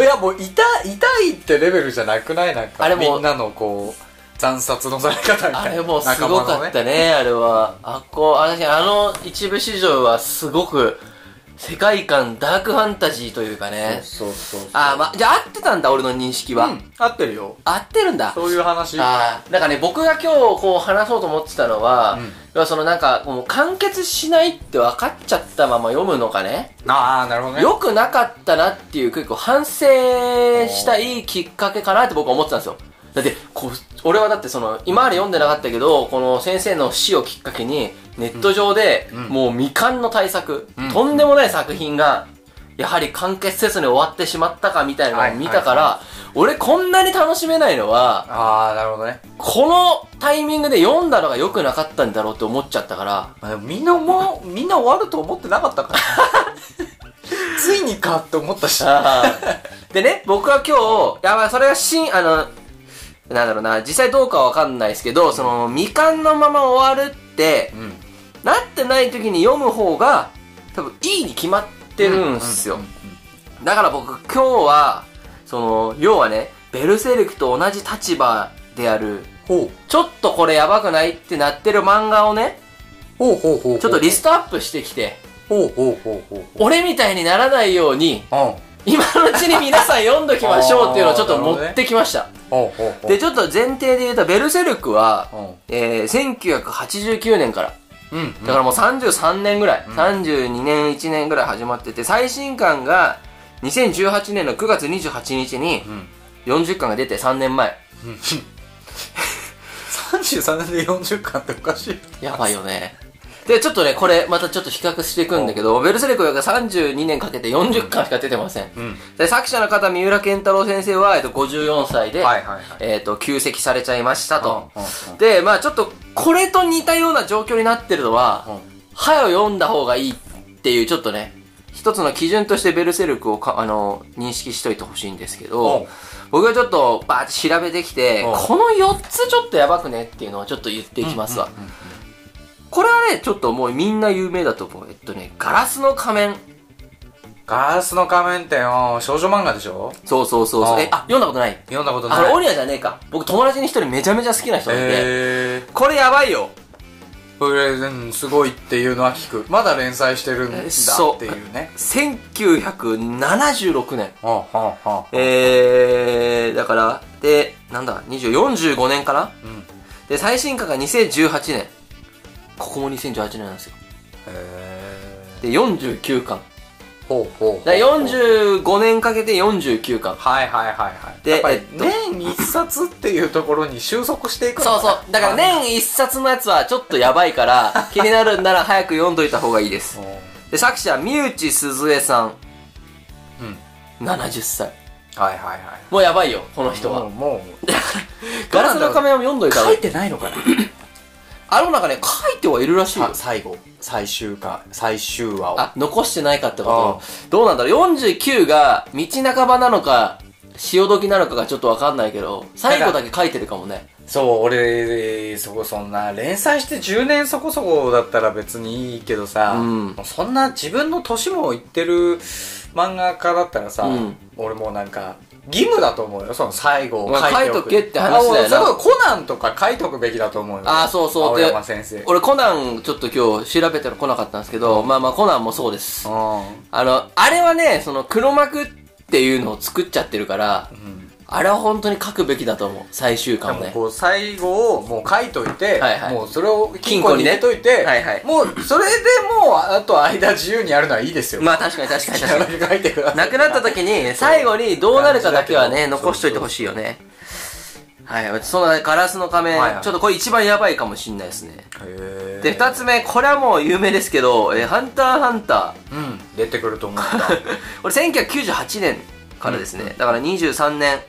A: いやもう痛い痛いってレベルじゃなくないなんか
B: あれもう
A: みんなのこう惨殺のされ方みたい
B: あ
A: な
B: れもうすごかっ
A: 仲間のね
B: たね、あれは。あっこ、あ確かにあの一部史上はすごく世界観、ダークファンタジーというかね。
A: そうそうそう
B: あー、ま、じゃあ合ってたんだ、俺の認識は。
A: うん合ってるよ
B: 合ってるんだ。
A: そういう話
B: あーなんかね、僕が今日こう話そうと思ってたのは
A: うん、
B: 要はそのなんか、もう完結しないって分かっちゃったまま読むのがね、
A: あーなるほどね
B: 良くなかったなっていう結構反省したいいきっかけかなって僕は思ってたんですよ。だってこう、俺はだってその、今まで読んでなかったけど、この先生の死をきっかけに、ネット上で、
A: うん
B: もう未完の対策、
A: うん
B: とんでもない作品が、やはり完結せずに終わってしまったかみたいなのを見たから、俺こんなに楽しめないのは、
A: ああなるほどね、
B: このタイミングで読んだのが良くなかったんだろうって思っちゃったから、
A: まあ、でもみんなもうみんな終わると思ってなかった からついにかって思ったし
B: あー でね、僕は今日、いや、まあそれは新、あの、なんだろうな、実際どうかはわかんないですけど、その、未完のまま終わるって、
A: ん
B: なってない時に読む方が、多分いいに決まってるんすよ。
A: うんうん
B: だから僕今日は、その、要はね、ベルセルクと同じ立場である、
A: ほう
B: ちょっとこれやばくないってなってる漫画をね、
A: ほうほうほう
B: ちょっとリストアップしてきて、
A: ほうほうほうほうほ
B: 俺みたいにならないように、
A: ううん
B: 今のうちに皆さん読んどきましょうっていうのをちょっと持ってきました。
A: ほうほうほう
B: で、ちょっと前提で言うと、ベルセルクは
A: うん、
B: えー、1989年から、
A: うんうん
B: だからもう33年ぐらい、32年1年ぐらい始まってて、最新巻が2018年の9月28日に
A: ん
B: 40巻が出て3年前。
A: 33年で40巻っておかしい
B: やばいよね。で、ちょっとね、これ、またちょっと比較していくんだけど、ベルセルクが32年かけて40巻しか出てません。
A: ん
B: で、作者の方、三浦健太郎先生は、えっと、54歳で、
A: はいはいはい
B: えっと、休席されちゃいましたと。
A: うんうんうん
B: で、まあちょっと、これと似たような状況になってるのは、
A: うん
B: 早を読んだ方がいいっていう、ちょっとね、一つの基準としてベルセルクをかあの、認識しといてほしいんですけ
A: う
B: ど
A: ん、
B: 僕がちょっとバーって調べてきて、
A: うん
B: この4つちょっとやばくねっていうのをちょっと言っていきますわ。これはね、ちょっともうみんな有名だと思う。えっとね、ガラスの仮面。
A: ガラスの仮面ってよ少女漫画でしょ
B: そうそうそうそうう。
A: ん
B: え、あ、読んだことない
A: 読んだことない
B: あの、オリアじゃねえか。僕友達に一人めちゃめちゃ好きな人がいて、
A: えー、
B: これやばいよ。
A: これ、うん、すごいっていうのは聞くまだ連載してるんだ
B: そう
A: っていうね
B: 1976年。
A: うんうんうん
B: えー、だから、で、なんだ、20、45年かな
A: うん
B: で、最新刊が2018年。ここも2018年なんですよ。
A: へ
B: で、49巻。
A: ーほうほうほう
B: だから45年かけて49巻。
A: はいはいはいはい
B: で
A: やっぱり
B: えっと
A: 年一冊っていうところに収束していくの
B: そう
A: かな
B: そう。だから年一冊のやつはちょっとやばい から、気になるんなら早く読んどいた方がいいです。
A: う
B: で、作者は三内鈴江さん。
A: んうん
B: 70歳。
A: はいはいはい
B: もうやばいよ、この人
A: もう
B: は。
A: もう
B: ガラスの仮面を読んどいた方がいい。
A: てないのかな
B: あの中ね、書いてはいるらしいよ
A: さ。最後最終か最終話を
B: あ、残してないかって
A: ああ
B: ことどうなんだろう ?49 が道半ばなのか、潮時なのかがちょっとわかんないけど、最後だけ書いてるかもね。
A: そう俺そこそんな連載して10年そこそこだったら別にいいけどさ、
B: うん
A: もうそんな自分の年もいってる漫画家だったらさ、
B: うん
A: 俺もうなんか義務だと思うよその最後を
B: まあ
A: 書いておく
B: 書いとけって話だよな
A: あ俺それこそコナンとか書いとくべきだと思うよ
B: ああ、そうそう。
A: 青
B: で
A: 山先生
B: 俺コナンちょっと今日調べてこなかったんですけど、まあまあコナンもそうです。
A: う
B: あの、あれはね、その黒幕っていうのを作っちゃってるから、
A: ん
B: あれは本当に書くべきだと思う。最終
A: で
B: 巻を
A: も
B: ね。
A: こう最後をもう書いといて、
B: はいはい
A: もうそれを金
B: 金
A: 庫
B: 庫
A: に
B: に
A: 入
B: ね
A: れといて、
B: はいはい
A: もうそれでもうあと間自由にやるのはいいですよ。
B: まあ確かに確かに確かに。
A: 書いてください。
B: なくなった時に、最後にどうなるかだけはね、残しといてほしいよね。はい。そのガラスの仮面、
A: はいはい
B: ちょっとこれ一番やばいかもしんないですね。
A: へー
B: で、二つ目、これはもう有名ですけど、えーハンターハンタ
A: うん、出てくると思 った。
B: ー。これ1998年からですね。だから23年。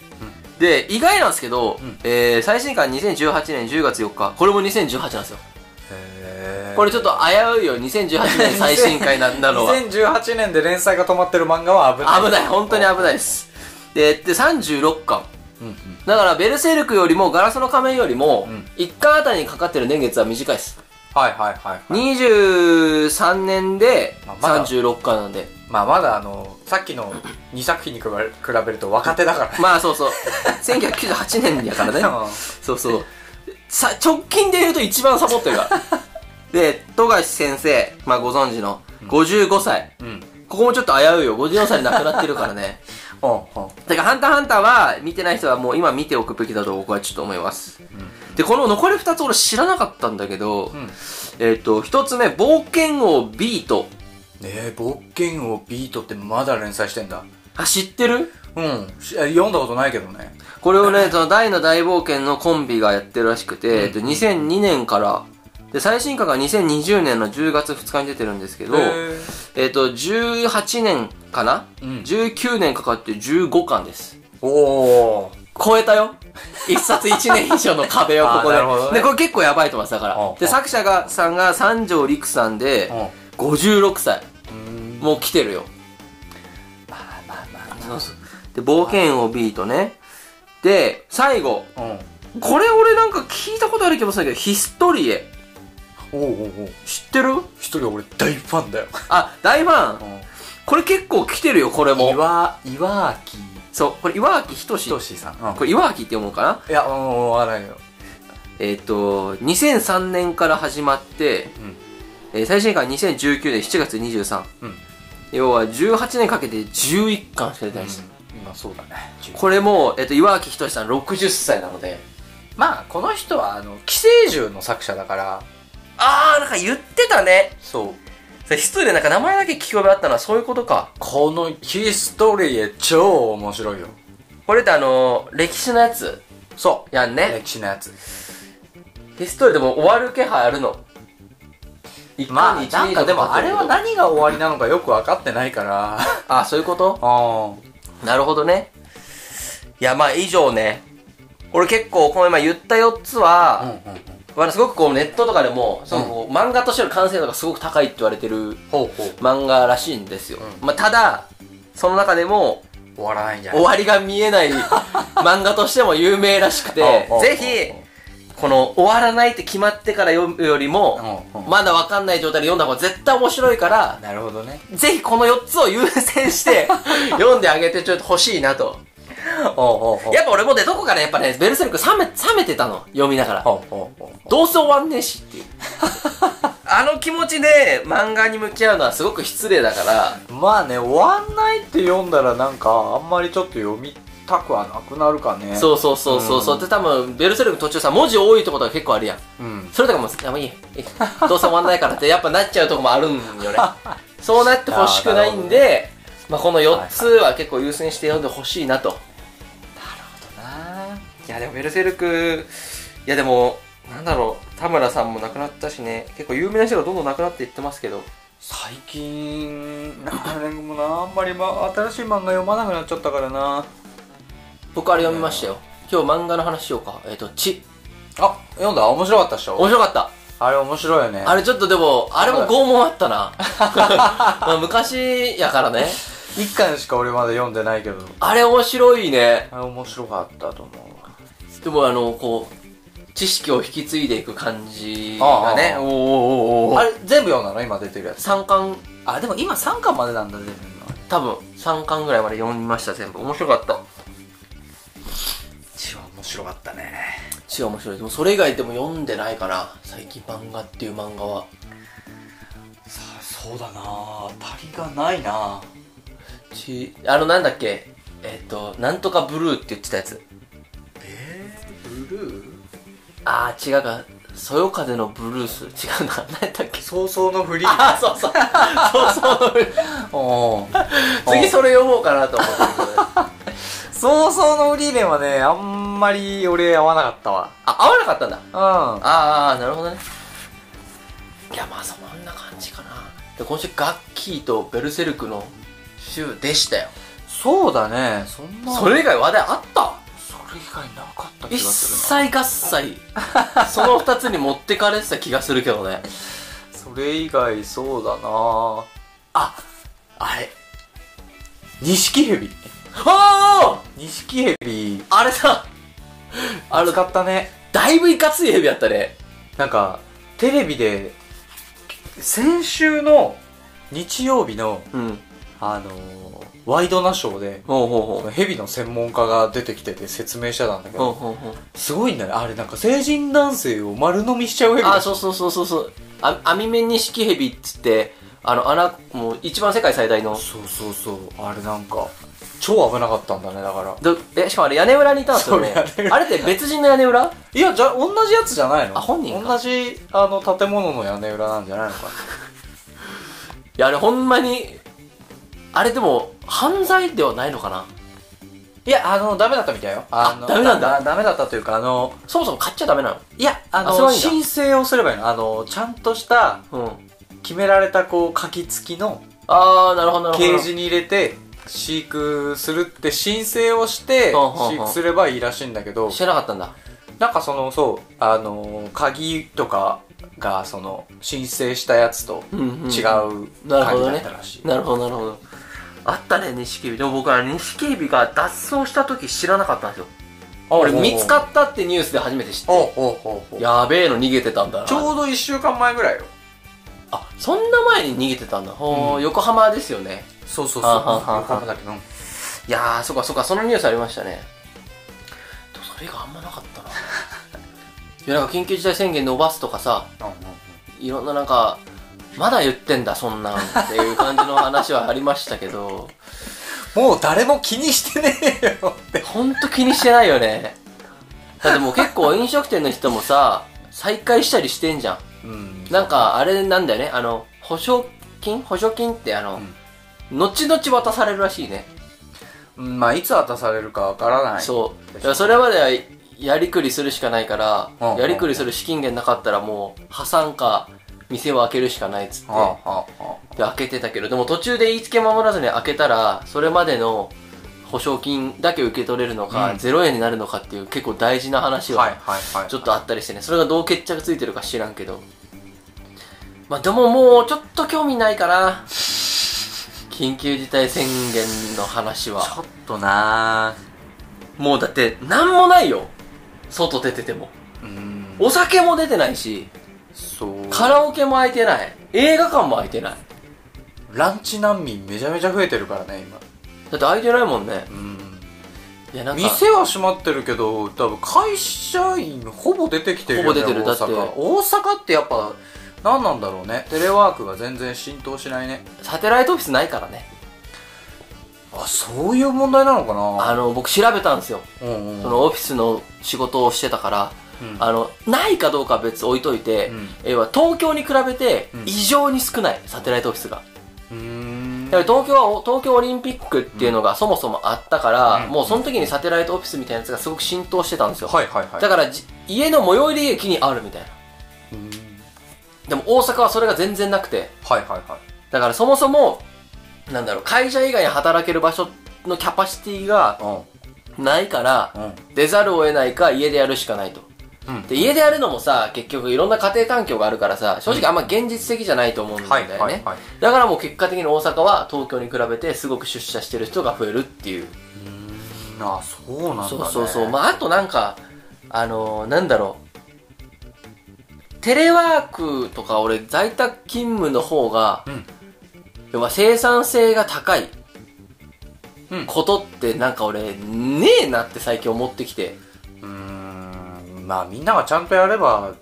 B: で、意外なんですけど、
A: ん
B: えー最新刊2018年10月4日。これも2018なんですよ。
A: へー
B: これちょっと危ういよ、2018年最新刊なんだの は。
A: 2018年で連載が止まってる漫画は危ない。
B: 危ない、本当に危ないです。で、で36巻。
A: うんうん。
B: だから、ベルセルクよりも、ガラスの仮面よりも
A: うん、
B: 1巻あたりにかかってる年月は短いです。
A: はいはいはいはい。
B: 23年で
A: まあまだ
B: 36巻なんで。
A: まあまだあの、さっきの2作品に比べ比べると若手だからね。
B: まあ、そ うそう。1998年やからね。そうそう。さ、直近で言うと一番サボってる から。で、富樫先生、まあご存知の、55歳。
A: うん。うん。
B: ここもちょっと危ういよ。54歳で亡くなってるか らね。
A: うんうん。
B: だから、ハンターハンターは、見てない人はもう今見ておくべきだと僕はちょっと思います。で、この残り2つ俺知らなかったんだけど、
A: うん。
B: えっ、と、一つ目、冒険王ビート。
A: ねえ、冒険王ビートってまだ連載してんだ。
B: あ、知ってる
A: うん。し読んだことないけどね。
B: これをね、その大の大冒険のコンビがやってるらしくて、えっと、2002年から、で、最新刊が2020年の10月2日に出てるんですけど、えっ、と、18年かな、
A: うん
B: ?19 年かかって15巻です。
A: おー。
B: 超えたよ一冊一年以上の壁をこ こ
A: あー
B: で。
A: なるほどね
B: で、これ結構やばいと思います、だか
A: うん
B: ら。で、作者が、さんが三条陸さんで、56歳。
A: うん。
B: もう来てるよ。
A: まあまあま
B: そうそうで、冒険をビートね。で、最後。
A: あ。うん。
B: これ俺なんか聞いたことある気もするけど、ヒストリエ。
A: おうおうおう。
B: 知ってる
A: 一人俺大ファンだよ。
B: あ、大ファン。これ結構来てるよ、これも。
A: 岩、岩木
B: そう、これ岩脇仁
A: ひと
B: 志。
A: しさん。
B: これ岩脇って読むのかない
A: や、もう、わからないよ。
B: えっ、と、2003年から始まって、えー最新刊2019年7月23。
A: うん。
B: 要は18年かけて11巻しか出てないです。
A: まあ、そうだね。
B: これも、えっ、と、岩脇仁志さん60歳なので。
A: まあ、この人は、あの、寄生獣の作者だから、
B: あー、なんか言ってたね。
A: そう。
B: それヒストリエなんか名前だけ聞き覚えあったのはそういうことか。
A: このヒストリエ超面白いよ。
B: これってあのー、歴史のやつ
A: そう。
B: やんね。
A: 歴史のやつ。
B: ヒストリーでも終わる気配あるの。一
A: ま
B: 回
A: あ
B: に一
A: なんかでもあれは
B: な
A: 何が終わりなのかよく分かってないから
B: あそういうこと
A: あ
B: なるほどねいやまあ以上ね俺結構この今言った4つ
A: あうんうん
B: は、
A: うん
B: まあすごくこうネットとかでもそのこう漫画としての完成度がすごく高いって言われてる
A: ほうほう
B: 漫画らしいんですよ、まあ、ただその中でも
A: 終わらないんじゃない
B: 終わりが見えない漫画としても有名らし くて
A: おうおうおう
B: ぜひこの終わらないって決まってから読むよりも
A: おうおう
B: まだ分かんない状態で読んだ方が絶対面白いから
A: なるほどね
B: ぜひこの4つを優先して 読んであげてちょっと欲しいなと
A: おうおうおう
B: やっぱ俺もねどこからやっぱねベルセルク冷め冷めてたの読みながら
A: ほうほうほう
B: どうせ終わんねえしっていう あの気持ちで漫画に向き合うのはすごく失礼だから
A: まあね終わんないって読んだらなんかあんまりちょっと読みたくはなくなるかね
B: そうそうそうそうそう
A: うん
B: で多分ベルセルクの途中さ文字多いとことが結構あるやん
A: う、うん、
B: それとかもいやもういい いいどうせ終わんないからってやっぱなっちゃうとこもあるん よねそうなってほしくないんでまあ、この4つは結構優先して読んでほしいなと、いやでもベルセルクいやでもなんだろう田村さんも亡くなったしね結構有名な人がどんどん亡くなっていってますけど
A: 最近なんかもうなあんまり、ま、新しい漫画読まなくなっちゃったからな
B: 僕あれ読みましたよ今日漫画の話しようかえっ、と「ち
A: あ読んだ面白かったっし」
B: 面
A: ょ
B: 白かった
A: あれ面白いよね
B: あれちょっとでもあれも拷問あった なまあ昔やからね
A: 一巻しか俺まだ読んでないけど
B: あれ面白いね
A: あれ面白かったと思うわ
B: でもあのこう知識を引き継いでいく感じがね
A: ああああ
B: おーおーおーおー
A: あれ全部読んだの今出てるやつ
B: 3巻
A: あでも今3巻までなんだ全部
B: 多分3巻ぐらいまで読みました全部面白かった
A: 一番面白かったね
B: 違う面白いでもそれ以外でも読んでないかな最近漫画っていう漫画は
A: さあそうだな足りがないな
B: ちあのなんだっけえっ、となんとかブルーって言ってたやつ
A: えー、ブルー
B: ああ違うかそよ風のブルース違うな何やったっけ
A: 早々のフリー
B: ああそうそう そうそう
A: おー
B: 次それ読もうかなと思ってる
A: 早々のフリーレンはねあんまり俺合わなかったわ
B: あ合わなかったんだ
A: うん
B: ああなるほどねいやまあそんな感じかなで今週ガッキーとベルセルクの週でしたよ
A: そうだねそんな
B: それ以外話題あった
A: それ以外なかった気が
B: 一
A: するな
B: 切合切 その二つに持ってかれてた気がするけどね
A: それ以外そうだな
B: ああれ
A: 錦蛇
B: あ
A: 錦蛇
B: ああれさあれ
A: 使ったね
B: だいぶいかついヘビやったね
A: なんかテレビで先週の日曜日の
B: うん
A: あのーワイドナショーで
B: ほうほう
A: ヘビの専門家が出てきてて説明してたんだけ
B: ほ
A: ど、
B: うほうほう
A: すごいんだねあれなんか成人男性を丸飲みしちゃうヘビ
B: あそうそうそうそうそうあ網目ニシキヘビっつってあの穴もう一番世界最大の
A: そうそうそうあれなんか超危なかったんだねだから
B: どえしかもあれ屋根裏にいたんですよね
A: そう屋根裏
B: あれって別人の屋根裏
A: いやじゃ同じやつじゃないの
B: あ本人か
A: 同じあの建物の屋根裏なんじゃないのか
B: いやあれほんまにあれでも犯罪ではないのかない
A: やあのダメだったみたいよ
B: あ
A: の
B: ダメなんだ
A: ダメだったというかあの
B: そもそも買っちゃダメなの
A: いやあ
B: あそれ
A: の
B: はいいんだ
A: 申請をすればいいのあのちゃんとした
B: うん。
A: 決められたこう書き付きの
B: あー、なるほど、なるほど。
A: ケージに入れて飼育するって申請をして
B: ほうほうほう
A: 飼育すればいいらしいんだけど
B: してなかったんだ。
A: なんかそのそうあの鍵とかがその申請したやつと
B: うんうんうん
A: 違う
B: なるほ
A: 鍵
B: ど
A: だっ
B: ね
A: たらしい、。
B: なるほど、なるほど。あったね、錦蛇。でも僕は錦蛇が脱走した時知らなかったんですよ。俺、見つ
A: っ
B: かったってニュースで初めて知って。
A: いや
B: やべえの逃げてたんだな。
A: ちょうど1週間前ぐらいよ
B: あ、そんな前に逃げてたんだ。ほー
A: うん
B: 横浜ですよね。
A: そうそうう
B: そう
A: そう
B: 横浜だ
A: けど
B: いやー、そっかそっか、そのニュースありましたね。でもそれがあんまなかったな。いや、なんか緊急事態宣言伸ばすとかさ、いろんななんか、まだ言ってんだ、そんなんっていう感じの話はありましたけど、
A: もう誰も気にしてねえよって
B: ほんと気にしてないよね。だってもう結構飲食店の人もさ、再開したりしてんじゃ
A: うん
B: ん。なんか、あれなんだよね、あの、保証金保証金ってあの、後々渡されるらしいね。
A: うんまあいつ渡されるかわからない
B: そう。だからそれまではやりくりするしかないから、
A: うん
B: やりくりする資金源なかったらもう破産か、店を開けるしかないっつって、
A: はあはあは
B: で開けてたけどでも途中で言いつけ守らずに開けたらそれまでの保証金だけ受け取れるのか、
A: うん
B: 0円になるのかっていう結構大事な話
A: あ
B: は、
A: はいはいはい
B: ちょっとあったりしてねそれがどう決着ついてるか知らんけどまあでももうちょっと興味ないか な緊急事態宣言の話は
A: ちょっとな
B: もうだって何もないよ外出てても
A: うん
B: お酒も出てないし
A: そう
B: カラオケも空いてない映画館も空いてない
A: ランチ難民めちゃめちゃ増えてるからね今
B: だって空いてないもんね
A: うん
B: いやなんか
A: 店は閉まってるけど多分会社員ほぼ出てきてるよ、ね、
B: ほぼ出てる
A: 大
B: だって
A: 阪大阪ってやっぱ何なんだろうねテレワークが全然浸透しないね
B: サテライトオフィスないからね
A: あそういう問題なのかな
B: あの僕調べたんですよ
A: うんうん
B: そのオフィスの仕事をしてたから、
A: うん
B: あのないかどうかは別に置いといて、
A: うん
B: 要は東京に比べて
A: うん
B: 異常に少ない、サテライトオフィスが
A: うーん
B: やっぱり東京は東京オリンピックっていうのがそもそもあったから、
A: うん
B: もうその時にサテライトオフィスみたいなやつがすごく浸透してたんですよ、
A: はいはいはい
B: だからじ家の最寄り駅にあるみたいな
A: うーん
B: でも大阪はそれが全然なくて
A: はいはいはい
B: だからそもそもなんだろう会社以外に働ける場所のキャパシティが
A: う
B: ないから、
A: んうん
B: 出ざるを得ないか家でやるしかないと
A: うん
B: で家でやるのもさ結局いろんな家庭環境があるからさ正直あんま現実的じゃないと思うんだ
A: は
B: よ
A: い
B: ね、
A: はいはい
B: だからもう結果的に大阪は東京に比べてすごく出社してる人が増えるっていう
A: うーんあそうなんだ、ね、
B: そうそうそうまああとなんかあのーなんだろうテレワークとか俺在宅勤務の方が、
A: うん
B: 要は生産性が高い
A: うん
B: ことってなんか俺ねえなって最近思ってきて
A: うーんまあみんながちゃんとやれば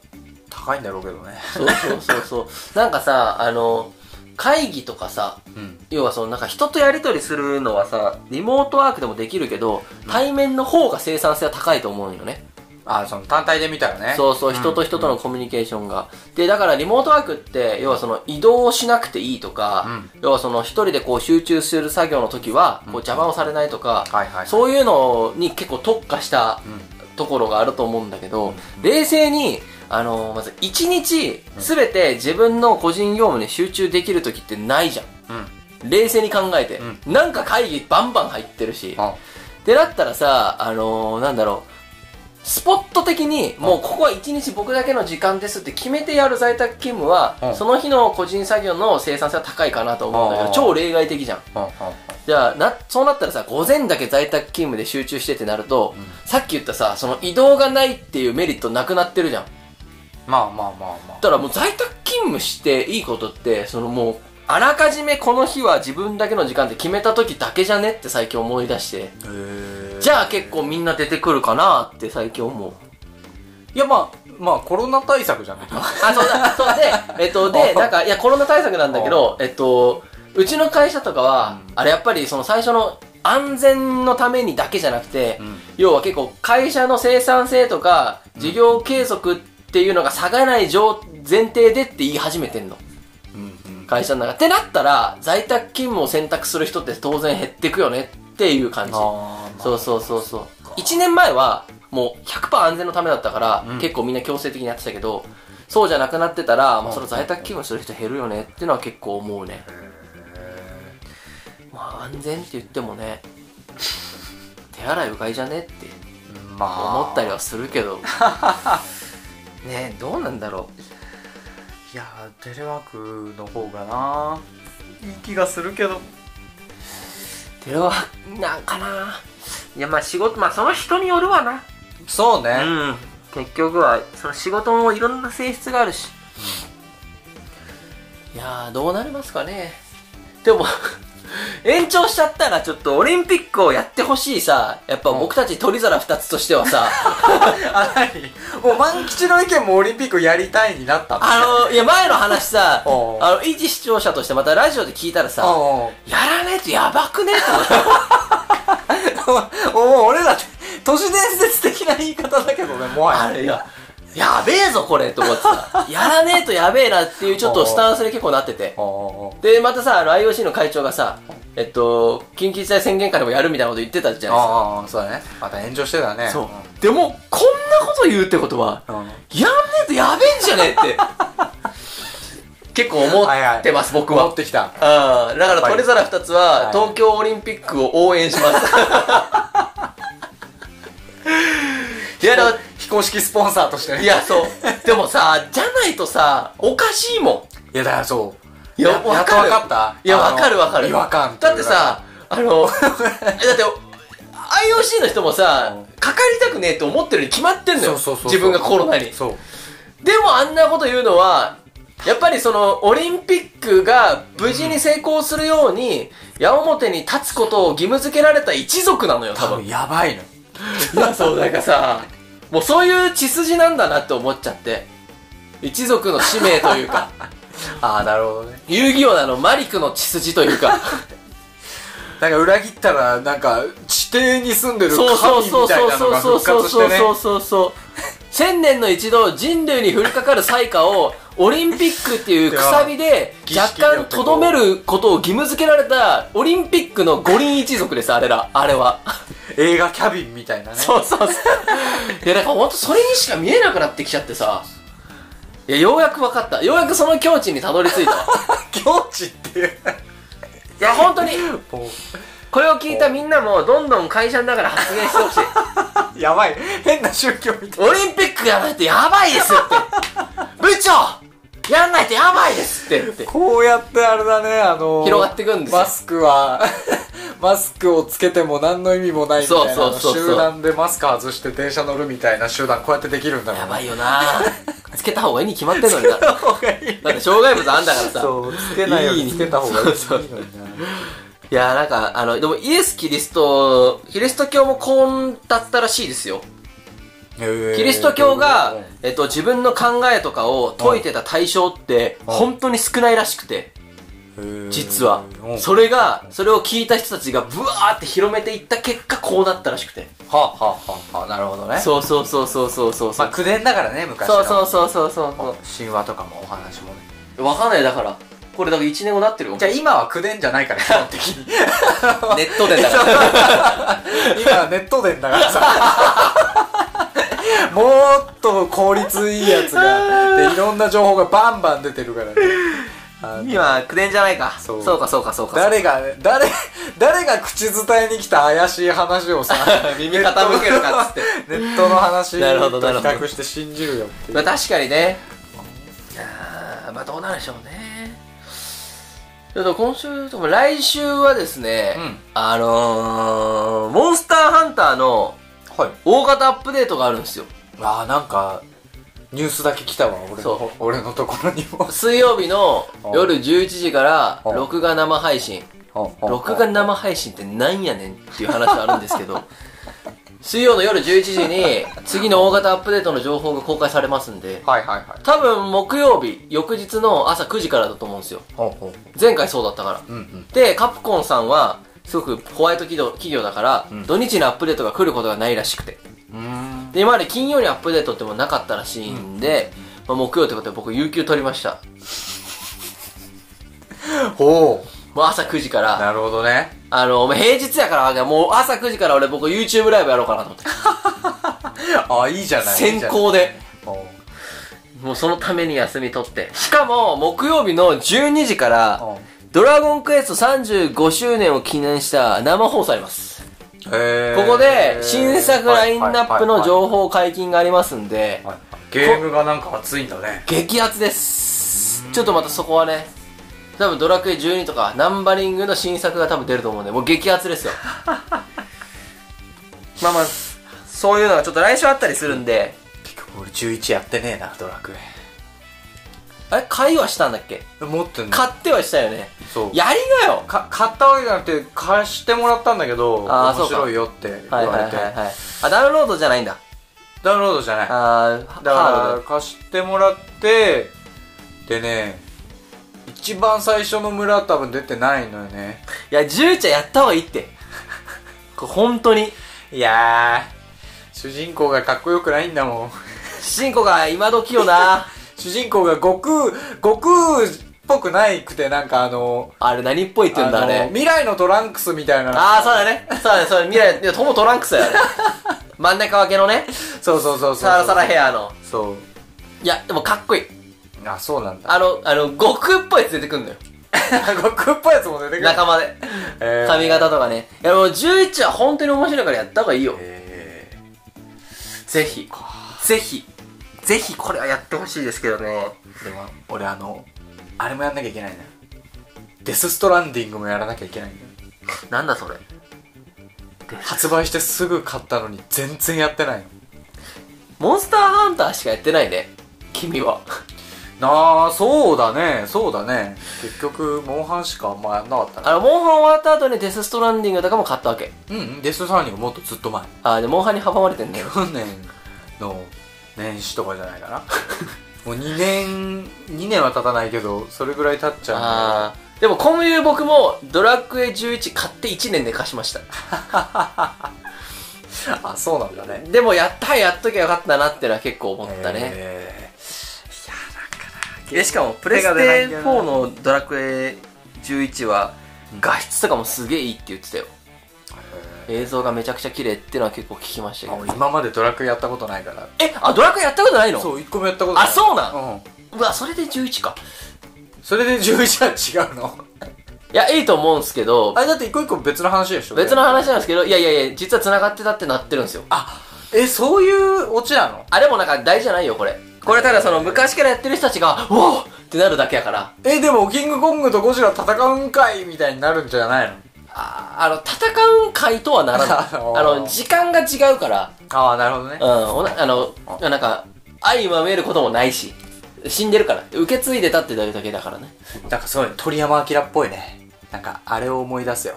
A: 高いんだろうけどね
B: そうそうそうそう なんかさあの会議とかさ
A: うん
B: 要はそのなんか人とやり取りするのはさリモートワークでもできるけど対面の方が生産性は高いと思うんよね
A: あその単体で見たらね
B: そうそう人と人とのコミュニケーションが、でだからリモートワークって要はその移動をしなくていいとか、要はその一人でこう集中する作業の時はこう邪魔をされないとか、
A: はいはい
B: そういうのに結構特化した
A: うん
B: ところがあると思うんだけど、冷静に、あのまず1日全て自分の個人業務に集中できる時ってないじゃん。
A: うん
B: 冷静に考えて、
A: う
B: なんか会議バンバン入ってるし、
A: あ
B: でだったらさ、あのーなんだろう、スポット的に、もうここは1日僕だけの時間ですって決めてやる在宅勤務は、
A: うん
B: その日の個人作業の生産性は高いかなと思うんだけ
A: あ
B: ど、
A: ー
B: 超例外的じゃん。
A: うんうん
B: じゃあな、そうなったらさ、午前だけ在宅勤務で集中してってなると、さっき言ったさ、その移動がないっていうメリットなくなってるじゃん。
A: まあまあまあまあ
B: だからもう在宅勤務していいことって、そのもう、あらかじめこの日は自分だけの時間って決めた時だけじゃねって最近思い出して。
A: へー
B: じゃあ結構みんな出てくるかなって最近思う。
A: いやまあまあコロナ対策じゃない か
B: あ、そうだ、そうで、えっ と、で、なんか、いや、コロナ対策なんだけど、えっと、うちの会社とかは、
A: うん
B: あれやっぱりその最初の安全のためにだけじゃなくて、
A: うん
B: 要は結構会社の生産性とか、事業継続っていうのが下がない状前提でって言い始めてんの。
A: うんうん
B: 会社の中。ってなったら、在宅勤務を選択する人って当然減ってくよねっていう感じ。
A: あーまあ
B: そうそうそうそう1年前はもう100%安全のためだったから、
A: うん
B: 結構みんな強制的にやってたけどそうじゃなくなってたら、ま
A: う
B: あ、
A: ん
B: その在宅勤務する人減るよねっていうのは結構思うね、まあ、安全って言ってもね手洗いうがいじゃねって
A: うんまあ
B: 思ったりはするけどねえどうなんだろ
A: いやーテレワークの方がないい気がするけど
B: う手はなんかないやまあ仕事まあその人によるわな
A: そうね、
B: うん結局はその仕事もいろんな性質があるし、いやーどうなりますかねでも 延長しちゃったらちょっとオリンピックをやってほしいさやっぱ僕たち取り皿2つとしては さ
A: あ何もう万吉の意見もオリンピックやりたいになった
B: あのいや前の話さあ
A: おう
B: の一視聴者としてまたラジオで聞いたらさ
A: おう
B: やらないとやばくねと思って
A: お うもう俺らって都市伝説的な言い方だけどねもは
B: あ
A: や
B: れややべえぞこれと思ってさやらねえとやべえなっていうちょっとスタンスで結構なってて
A: おうおう
B: で、またさ、あの、IOC の会長がさ、えっと、緊急事態宣言下でもやるみたいなこと言ってたじゃない
A: ああそうだねまた炎上してたね
B: ですか。そう。でも、こんなこと言うってことは、
A: うん、うん
B: やんねえとやべえんじゃねえって。結構思ってます、僕は。
A: 持ってきた
B: ああ、だか
A: やっ
B: ら
A: ぱり
B: 鳥皿二つ
A: は
B: は、
A: い
B: 東京オリンピックを応援します。いや、だか
A: 非公式スポンサーとして
B: ら
A: ね
B: いや、そう。でもさ、じゃないとさ、おかしいも。
A: いやだからそうん
B: いや、
A: や
B: わ
A: っと
B: か
A: わ
B: る。
A: かった
B: いや、
A: あ
B: わ
A: の
B: かるわかる。
A: 違和感
B: だってさ、あの、だって、IOC の人もさ、かかりたくねえと思ってるに決まってんのよ。
A: そうそうそうそう
B: 自分がコロナに。
A: そう
B: でもあんなこと言うのは、やっぱりそのオリンピックが無事に成功するように、矢面に立つことを義務付けられた一族なのよ、多
A: 多
B: 分。
A: 分やばいの
B: いや、そう、なんかさ、もうそういう血筋なんだなって思っちゃって。一族の使命というか、
A: ああなるほどね
B: 遊戯王なのマリクの血筋というか、
A: なんか裏切ったらなんか地底に住んでる
B: そうそう
A: 神
B: そ
A: み
B: う
A: たい
B: そう
A: なの
B: そう
A: が
B: そう
A: 復
B: そう
A: 活し
B: そ
A: て
B: う
A: ね
B: そうそう千年の一度人類に降りかかる災禍をオリンピックっていうくさびで
A: いや
B: 若干とどめることを義務付けられたオリンピックの五輪一族ですあれらあれは
A: 映画キャビンみたいなね
B: そうそうそういやだから本当それにしか見えなくなってきちゃってさいやようやく分かったようやくその境地にたどり着いたい
A: 境地っていう
B: や本当に
A: も
B: これを聞いたみんなもどんどん会社の中で発言してほしいう
A: やばい変な宗教みたい
B: オリンピックやらないとやばいですって部長やらないとやばいですってって
A: こうやってあれだねあの
B: 広がってくんですよ
A: マスクはマスクをつけても何の意味もないみたいな
B: そうそうそうそう
A: あの集団でマスク外して電車乗るみたいな集団こうやってできるんだろう
B: や
A: ね
B: ばいよなつけた方がいいに決まってんのになだ
A: 方がいい
B: って障害物あんだからさ
A: そうつけないよりつけた方がいいのにない
B: やなんかあのでもイエス・キリストキリスト教もこうだったらしいですよキ
A: キ
B: リスト教が、えっと、自分の考えとかを説いてた対象って
A: うん
B: 本当に少ないらしくて実はそれがそれを聞いた人たちがブワーって広めていった結果こうなったらしくて
A: はあ、はあはあはあ、なるほどね
B: そうそうそうそうそうそうそう
A: まあ口伝だからね昔
B: そ
A: の
B: うそうそうそうそうそう
A: 神話とかもお話もね
B: わかんないだから。これだから1年後なってるよ。
A: じゃあ今は口伝じゃないから基本的に
B: ネットでだから。
A: 今はネット伝だからさ もっと効率いいやつがでいろんな情報がバンバン出てるからねあの
B: 今、9年じゃないか。
A: そう
B: そうかそうかそうか。
A: 誰が誰誰が口伝えに来た怪しい話をさ
B: 耳傾けるかっつって。
A: ネットの話
B: なるほ
A: と
B: ど
A: 比
B: なるほど
A: 較して信じるよっていう
B: まあ確かにね。あーまあどうなるでしょうね。ちょっと今週とか来週はですね、
A: うん
B: あのー、モンスターハンターの
A: はい
B: 大型アップデートがあるんですよ。
A: あーなんかニュースだけ来たわ俺
B: そ
A: の俺のところに も
B: 水曜日の夜11時から
A: うん
B: 録画生配信。録画生配信ってなんやねんっていう話はあるんです けど水曜の夜11時に次の大型アップデートの情報が公開されますんで
A: はいはいはい
B: 多分木曜日翌日の朝9時からだと思うんですよ
A: ほうほ
B: 前回そうだったから
A: ううんうん
B: でカプコンさんはすごくホワイト企業企業だから、
A: うん
B: 土日にアップデートが来ることがないらしくて
A: うーん
B: で今まで金曜にアップデートってもなかったらしいんで、まあ、木曜ってことで僕有給取りました
A: ほう
B: もう朝9時から
A: なるほどね
B: あの、まあ平日やから、もう朝9時から俺僕 YouTube ライブやろうかなと思って。
A: あいいじゃないいい
B: 先
A: じゃない
B: 行で。
A: ほ
B: もうそのために休み取って。しかも、木曜日の12時から、
A: う
B: ドラゴンクエスト35周年を記念した生放送あります。
A: へ
B: こ
A: ー
B: こで、新作ラインナップの
A: はい
B: 情報解禁がありますんで、
A: はいはいゲームがなんか熱いんだね
B: 激アツです。ちょっとまたそこはね、多分ドラクエ12とかナンバリングの新作が多分出ると思うんで、もう激アツ ですよ。まあまあ、そういうのがちょっと来週あったりするんで、
A: 結局俺11やってねえなドラクエ
B: あれ、買いはしたんだっけ
A: 持ってんの
B: 買ってはしたよね。
A: そう
B: やりなよ
A: か買ったわけじゃなくて貸してもらったんだけど
B: あーそう
A: 面
B: か
A: 白いよって言
B: はいはい
A: わ
B: は
A: れ
B: い
A: て
B: はい。あ、ダウンロードじゃないんだ。
A: ダウンロードじゃない
B: あー、
A: だ
B: ハー
A: か
B: ド
A: ら貸してもらってでね一番最初の村多分出てないのよね
B: で。いや、ジューちゃんやった方がいいって。これ本当に。
A: いやー主人公がかっこよくないんだもん
B: 主人公が今時よな。
A: 主人公が悟空悟空っぽくないくてなんかあの
B: あれ何っぽいって言うんだ、あ
A: の
B: れ。
A: 未来のトランクスみたいな
B: ああ、そうだね。そうだね、そうだね。未来、いや、トモトランクス だよね。真ん中分けのね、
A: そうそうそうそう
B: サラサラヘアの。
A: そう
B: いや、でもかっこいい。
A: あそうなんだ
B: あの、あの、悟空っぽいやつ出てくんのよ。
A: 悟空っぽいやつも出てくる
B: 仲間で。
A: えー
B: 髪型とかね。いや、もう11は本当に面白いからやった方がいいよ。
A: え
B: ぜひ。ぜひ。ぜひこれはやってほしいですけどね。
A: ーでも俺あのあれもやんなきゃいけないなデスストランディングもやらなきゃいけないんだよ
B: なんだそれ。
A: 発売してすぐ買ったのに全然やってないの
B: モンスターハンターしかやってないね。君は。
A: なあそうだねそうだね結局モンハンしかあんまやんなかったな
B: あの、モンハン終わった後にデスストランディングとかも買ったわけ。
A: うんうんデスストランディングもっとずっと前
B: あー、で、モンハンに阻まれてんだよ。
A: 去年の年始とかじゃない かなもう2年2年は経たないけどそれぐらい経っちゃ
B: あー。でもこういう僕もドラクエ11買って1年で貸しました。
A: うんだあそうなんだね
B: でもやったやっときゃよかったなってのは結構思ったね。
A: えーいやなんかな
B: でしかもプレステ4の「ドラクエ11」は画質とかもすげえいいって言ってたよ映像がめちゃくちゃ綺麗ってのは結構聞きました
A: あ
B: け
A: 俺
B: ど
A: 今までドラクエやったことないから
B: えあドラクエやったことないの
A: そう1個もやったことない
B: あそうなん
A: うん
B: うわそれで11か
A: それで11は違うの
B: いやいいと思うんすけど
A: あれだって一個一個別の話でしょ
B: 別の話なんですけどいやいやいや実は繋がってたってなってるんですよ
A: あえそういうオチなの
B: あでもなんか大事じゃないよこれこれただその昔からやってる人たちが「おお!」ってなるだけやから
A: えでもキングコングとゴジラ戦うんかいみたいになるんじゃないの
B: ああの戦うんかいとはならない
A: あの
B: あの時間が違うから
A: ああなるほどね
B: うん、おなあの、なんか、愛は見えることもないし、死んでるから、受け継いでたってだけだからね。
A: なんかすごい鳥山明っぽいねなんかあれを思い出すよ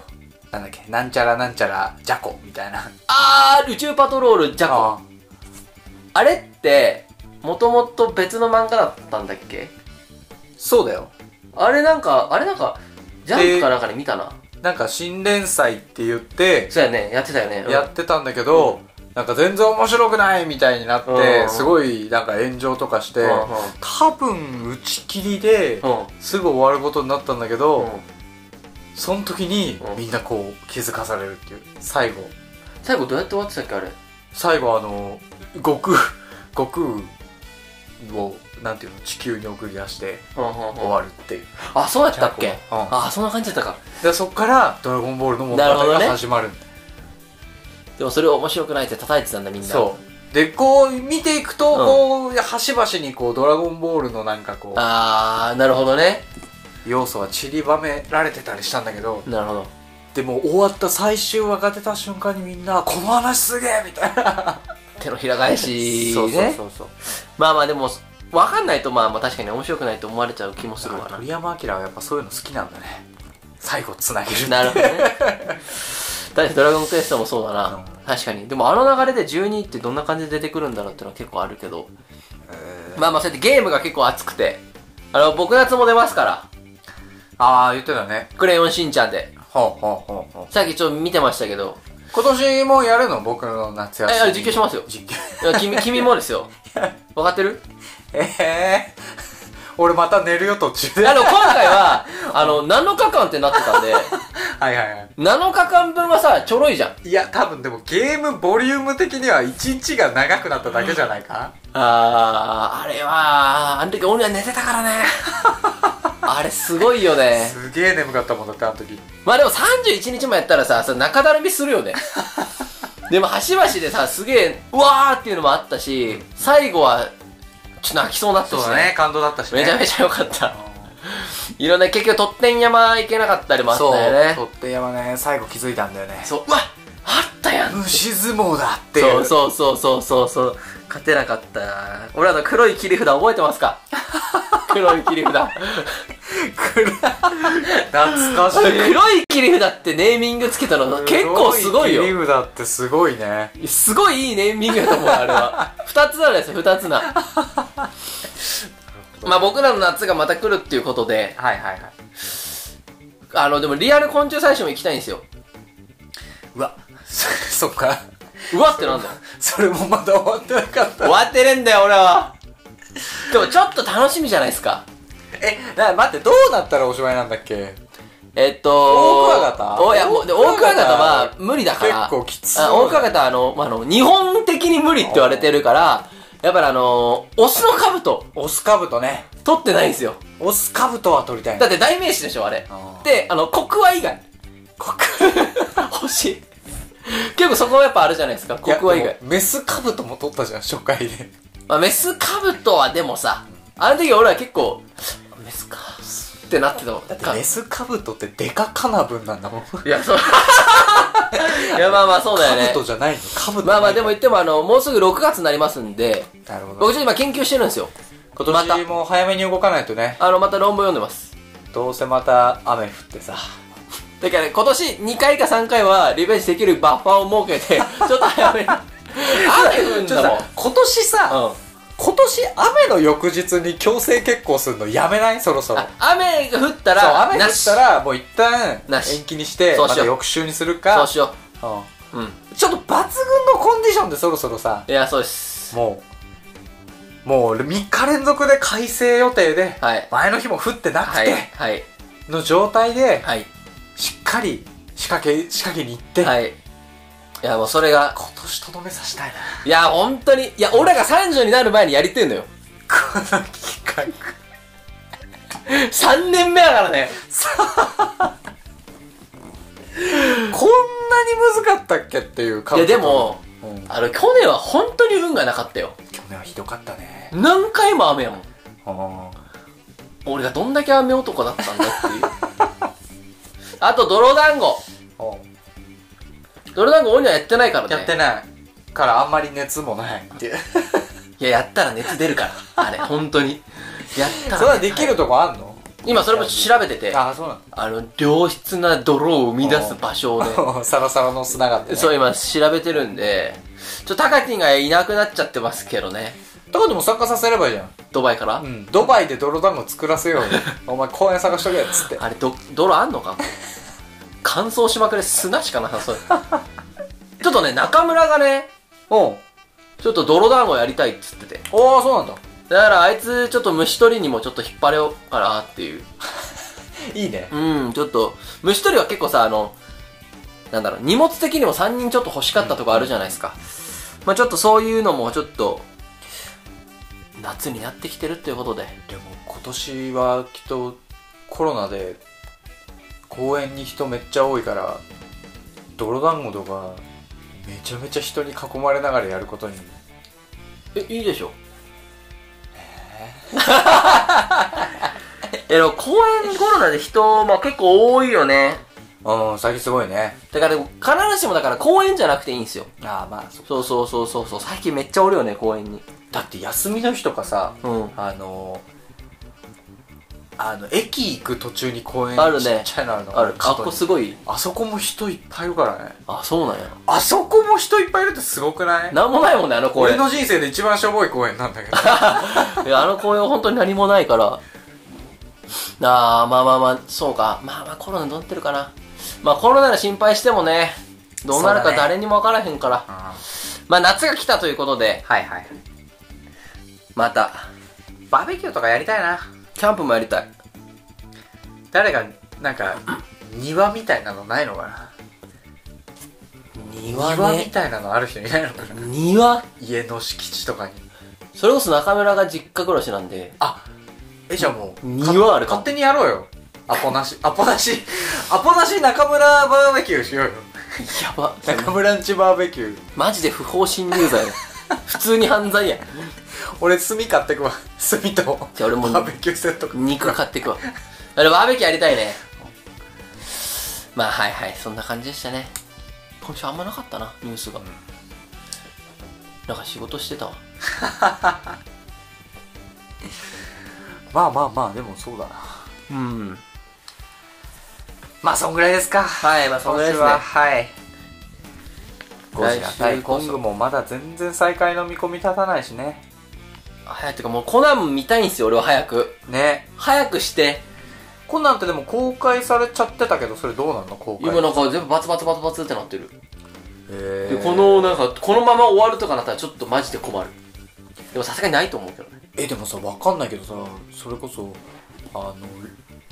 A: なんだっけなんちゃらなんちゃらじゃこみたいな
B: あー、宇宙パトロール、ジャコ。あ
A: あ
B: れって、もともと別の漫画だったんだっけ
A: そうだよ
B: あれなんか、あれなんか、ジャンプかなんかで見たな。
A: なんか新連載って言って
B: そうやね、やってたよね。うん
A: やってたんだけど、なんか全然面白くないみたいになって、
B: うん
A: すごいなんか炎上とかして、
B: うんうん
A: 多分打ち切りで
B: うん。
A: すぐ終わることになったんだけど、
B: うん
A: その時に
B: うん
A: みんなこう気づかされるっていう最後
B: 最後どうやって終わってたっけ、あれ。
A: 最後あの悟空 悟空をなんていうの地球に送り出して終
B: 終
A: わるっていう、
B: あ、そうやったっ
A: ジ
B: け
A: ャコうん
B: あー、そんな感じだったか。
A: でそっから「ドラゴンボール」の物
B: なるほ
A: 語
B: どね
A: が始まるんだ
B: でもそれ面白くないって叩いてたんだ、みんな。
A: そうでこう見ていくと、こう端々にこう「ドラゴンボール」のなんかこう
B: あー、なるほどね。
A: 要素は散りばめられてたりしたんだけど
B: なるほど。
A: でも終わった最終話が出た瞬間にみんな「この話すげえ!」みたいな
B: 手のひら返し、ね。
A: そうそうそうそう
B: まあまあでも、わかんないとまあまあ確かに面白くないと思われちゃう気もする
A: だか
B: わ
A: ら
B: な
A: 鳥。山明はやっぱそういうの好きなんだね最後つなげる
B: なるほ どね。だってドラゴンクエストもそうだ
A: うん
B: な。確かに。でもあの流れで12ってどんな感じで出てくるんだろうってのは結構あるけど。
A: えー
B: まあまあそうやってゲームが結構熱くて。あの、僕夏も出ますから。
A: ああ言ってたね
B: クレヨンしんちゃんで。
A: ほうほうほうほう
B: さっきちょっと見てましたけど。
A: 今年もやるの僕の夏休み
B: えあれ実況しますよ
A: 実況
B: いや君、君 もですよ。わかってる
A: え え 俺また寝るよ途中で
B: あの、今回は、あの、7日間ってなってたんで、
A: はいはいは
B: 7日間分はさ、ちょろいじゃん。
A: いいや多分でもゲームボリューム的には1日が長くなっただけじゃないか
B: あー、あれは、あの時俺は寝てたからね。あれすごいよね。
A: すげえ眠かったもんだってあの時
B: まあでも31日もやったらさ、さ中だるみする よね。でも端々でさ、すげえ、うわーっていうのもあったし、最後は、ちょっと泣きそうになったし、
A: そうだね感動だったしね
B: めちゃめちゃ良かった。 いろんな、結局、とってん山行けなかったりもあったよね。
A: そう取っ手山ね最後気づいたんだよね
B: そう、うわあったやん
A: 虫相撲だってい
B: そううそうそうそうそうそう勝てなかった俺らの黒い切り札覚えてます か黒い切り札
A: 懐かしい
B: 黒い切り札ってネーミングつけたの 結構すごい
A: 切り
B: よ
A: 札ってすごいね
B: すごいいいネーミングだと思うあれ は二つなんですよ二つ なまあ僕らの夏がまた来るっていうことで
A: はいはいはい
B: あのでもリアル昆虫採集も行きたいんですよ
A: うわ そそっか
B: うわってなんだよ
A: それもまだ終わってなかった
B: 終わってねえんだよ俺はでもちょっと楽しみじゃないですか
A: えな待ってどうなったらおしまいなんだっけ
B: えっと、
A: 大クワガタ
B: おいや、もう、で
A: 大
B: 大
A: ク
B: ク
A: ワガ
B: ワ
A: タ
B: ガタは無理だから。
A: 結構きつい
B: あ大クワガタはあの、まああの、日本的に無理って言われてるから、やっぱりあのー、オスの兜、
A: オスカブトね
B: 取ってないんですよ。
A: オスカブトは取りたい
B: だ
A: な
B: って代名詞でしょ、あれ
A: あ。ー
B: で、あの、コクワ以外。
A: コク
B: 欲しい。結構そこはやっぱあるじゃないですか、コクワ以
A: いや
B: 外
A: で。もメスカブトも取ったじゃん初回で
B: まあ、メス兜はでもさ、あの時俺は結構、メスか、ってなってたもん。
A: だってメスカブトってデカカナブンなんだもん
B: いや、そう。 いや、まあまあそうだよ
A: カ
B: ね
A: ブ。トじゃないのカブト
B: まあまあでも言ってもあの、もうすぐ6月になりますんで、
A: なるほ
B: 僕
A: ど
B: ちょっと今研究してるんですよ。
A: 今年も早めに動かないとね
B: あの、また論文読んでます。
A: どうせまた雨降ってさ
B: だから、今年2回か3回はリベンジできるバッファーを設けて、 ちょっと早めに。雨降ん
A: ちょっと
B: だも
A: さ今年さ、
B: ん。うん。
A: 今年雨の翌日に強制結降するのやめないそろそろ
B: あ雨が降っ
A: そ
B: た
A: う
B: ら、
A: 雨降
B: な
A: っ
B: した
A: らもう一旦
B: なし
A: 延期にして
B: そう
A: ま
B: しよ
A: た
B: う
A: 翌週にする
B: そう
A: か
B: しよ
A: うん
B: う。うん。
A: ちょっと抜群のコンディションでそろそろさ
B: いや、そうです。
A: もうもう3日連続で改正予定で、
B: はい
A: 前の日も降ってなく
B: はい。
A: て
B: はい。
A: の状態で
B: はい。
A: しっかり仕掛け仕掛けに行って、
B: はい。いや、もうそれが、
A: 今年とどめさしたいない
B: や、本当に、いや、俺らが30になる前にやりてんのよ。
A: この企画
B: 3年目だからね。
A: こんなに難かったっけっていう
B: い
A: 感
B: や、で、も、
A: うん
B: あの、去年は本当に運がなかったよ。
A: 去年はひどかったね
B: 何回も雨やもん。
A: うん
B: 俺がどんだけ雨男だったんだっていう。 あと、泥団子。泥団子俺にはやってないからね。
A: やってないからあんまり熱もないっていう
B: いや、やったら熱出るから。あれ、本当に。やったら、ね。
A: それはできるとこあんの、
B: 今、それも調べてて、あ
A: ああそうなん
B: の、良質な泥を生み出す場所をね、
A: だ サラサラの砂があって、ね、
B: そう、今、調べてるんで、ちょ、タカティがいなくなっちゃってますけどね。
A: とかでも参加させればいいじゃん、
B: ドバイから。
A: うん、ドバイで泥団子作ら せようよお前公園探しとけっつって
B: あれ、ど、泥あんのか乾燥しまくれ砂しかなさそう。ちょっとね、中村がね、
A: おう
B: ちょっと泥団子やりたいっつってて。
A: おおそうなんだ
B: だからあいつ、ちょっと虫取りにもちょっと引っ張れようかなっていう。
A: いいね
B: うん、ちょっと、虫取りは結構さ、あの、なんだろう、荷物的にも3人ちょっと欲しかったとこあるじゃないですか。まあちょっとそういうのもちょっと、夏になってきてるっていうことで。
A: でも今年はきっとコロナで公園に人めっちゃ多いから泥団子とかめちゃめちゃ人に囲まれながらやることに
B: え、いいでしょ えの公園コロナで人、まあ、結構多いよね。
A: うん最近すごいね
B: だから、必ずしもだから公園じゃなくていいんですよ。
A: ああまあそ
B: そうそうそうそうそう。最近めっちゃおるよね、公園に。
A: だって休みの日とかさ
B: うん。
A: あのあの駅行く途中に公園
B: あるね
A: ちっちゃいのあるの
B: ある。格好すごい。
A: あそこも人いっぱいいるからね
B: あ、そうなんや。
A: あそこも人いっぱいいるってすごくない
B: なんもないもんね、あの公園。
A: 俺の人生で一番しょぼい公園なん だけど
B: いやあの公園は本当に何もないから。ああ、まあまあまあ、そうか。まあまあコロナどうなってるかな。まあコロナの心配してもね、どうなる
A: そうだ
B: か
A: ね
B: 誰にもわからへんから。
A: は
B: まあ夏が来たということ
A: い
B: で、
A: はい
B: また、
A: バーベキューとかやりたいな
B: キャンプもやりたい。
A: 誰がなんか庭みたいなのないのかな
B: 庭
A: 庭み
B: ね。
A: たいなのある人いないのかな
B: 庭
A: 家の敷地とかに
B: それこそ中村が実家暮らしなんで、
A: あえじゃあもう
B: 庭あるか
A: 勝手にやろうよアポなしアポなしアポなし中村バーベキューしようよ
B: やば。
A: 中村んちバーベキュー
B: マジで不法侵入罪。 普通に犯罪や。
A: 俺炭買ってくわ 炭と
B: じゃあ俺も
A: バーベキューセット買ってく
B: 肉
A: わ
B: 買ってくわ。あれバーベキューやりたいね。まあはいはい、そんな感じでしたね。今週あんまなかったな、ニュースが。なんか仕事してたわ。
A: まあまあまあでもそうだな
B: うん。
A: まあそんぐらいですかはい
B: まあそんぐらいですね
A: ははいゴジラ
B: 来週
A: 対コ
B: こそ
A: ングもまだ全然再開の見込み立たないしね
B: 早いってかもうコナン見たいんすよ、俺は早く。
A: ね
B: 早くして、
A: こんなんってでも公開されちゃってたけどそれどうなんの公開
B: 今なんか全部バツバツバツバツってなってる。
A: へ
B: で、
A: ー
B: このなんか、このまま終わるとかなったらちょっとマジで困る。でもさすがにないと思うけどね。
A: えでもさわかんないけどさそれこそあの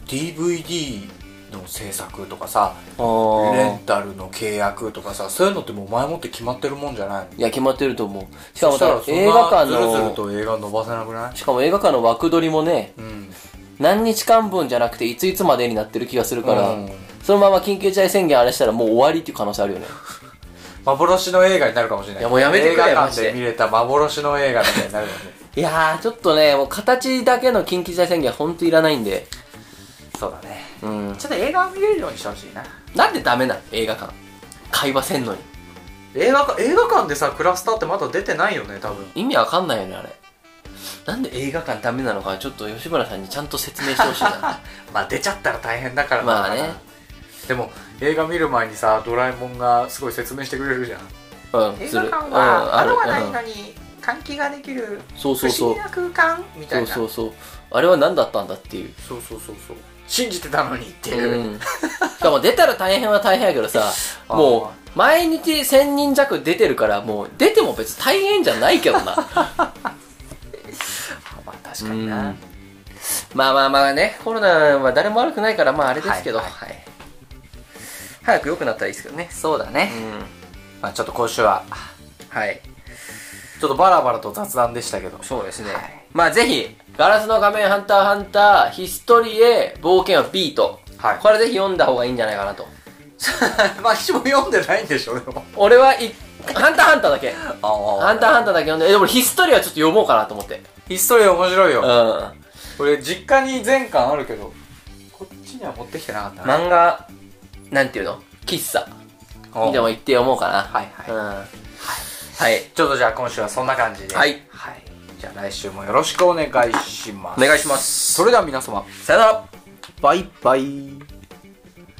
A: DVD の制作とかさ
B: あー
A: レンタルの契約とかさそういうのってもう前もって決まってるもんじゃないの
B: いや、決まってると思う。しかも
A: そしたらそんな
B: 映画館
A: ずるずる
B: の、
A: と映画伸ばせなくない
B: しかも映画館の枠取りもね、
A: うん
B: 何日間分じゃなくて、いついつまでになってる気がするから、
A: うん
B: そのまま緊急事態宣言あれしたらもう終わりっていう可能性あるよね。
A: 幻の映画になるかもしれない
B: いやもうやめてくれよ
A: 映画
B: マジ
A: 館
B: で
A: で見れた幻の映画みたいになるよね
B: いやー、ちょっとね、もう形だけの緊急事態宣言はほんといらないんで、
A: そうだね
B: うん。
A: ちょっと映画を見れるようにしてほしいな
B: なんでダメなの映画館。会話せんのに。
A: 映画館映画館でさクラスターってまだ出てないよね多分
B: 意味わかんないよね、あれ。なんで映画館ダメなのか、ちょっと吉村さんにちゃんと説明してほし いな。
A: まあ出ちゃったら大変だからな
B: まあね。
A: でも映画見る前にさドラえもんがすごい説明してくれるじゃん
B: うん、
A: 映
B: する
A: 画館
B: うん
A: は
B: ある
A: 窓がない
B: うん
A: のに換気ができる
B: そう
A: 不
B: そうそ
A: 思
B: う
A: 議。な空間みたい
B: そう
A: な
B: そうそう。あれは何だったんだっ ていう。
A: そうそうそうそう信じてたのにっていう、
B: うん。しかも出たら大変は大変やけどさ、
A: あー
B: もう、毎日1000人弱出てるから、もう出ても別に大変じゃないけど な。
A: まあ確かにな、
B: うんまあまあまあね、コロナは誰も悪くないから、まああれですけど、
A: は
B: はいい。早く良くなったらいいですけどね。
A: そうだ
B: う
A: ね、
B: ん。
A: まあ、ちょっと今週は
B: はい。
A: ちょっとバラバラと雑談でした けど
B: そうですね。
A: はい
B: まあぜひ、ガラスの仮面ハンターハンター、ヒストリエ、冒険はビート。
A: はい
B: これぜひ読んだ方がいいんじゃないかなと。
A: まあ私も読んでないんでしょでも
B: 俺はい、ハンターハンタ ーだけ。ハ
A: あ
B: ンターハンターだけ読んで、え、でもヒストリアちょっと読もうかなと思って。
A: ヒストリー面白いよ、
B: うん。漫
A: これ実家に全巻あるけどこっちには持ってきてなかったな
B: 画、なんていうの喫茶。
A: お
B: にでも行って読もうかな。
A: はいはい
B: うん。はい。
A: ちょっとじゃあ今週はそんな感じでは
B: はい
A: はい、じゃあ来週もよろしくお願いします
B: お願いします
A: それでは皆様
B: さよなら
A: バイバイ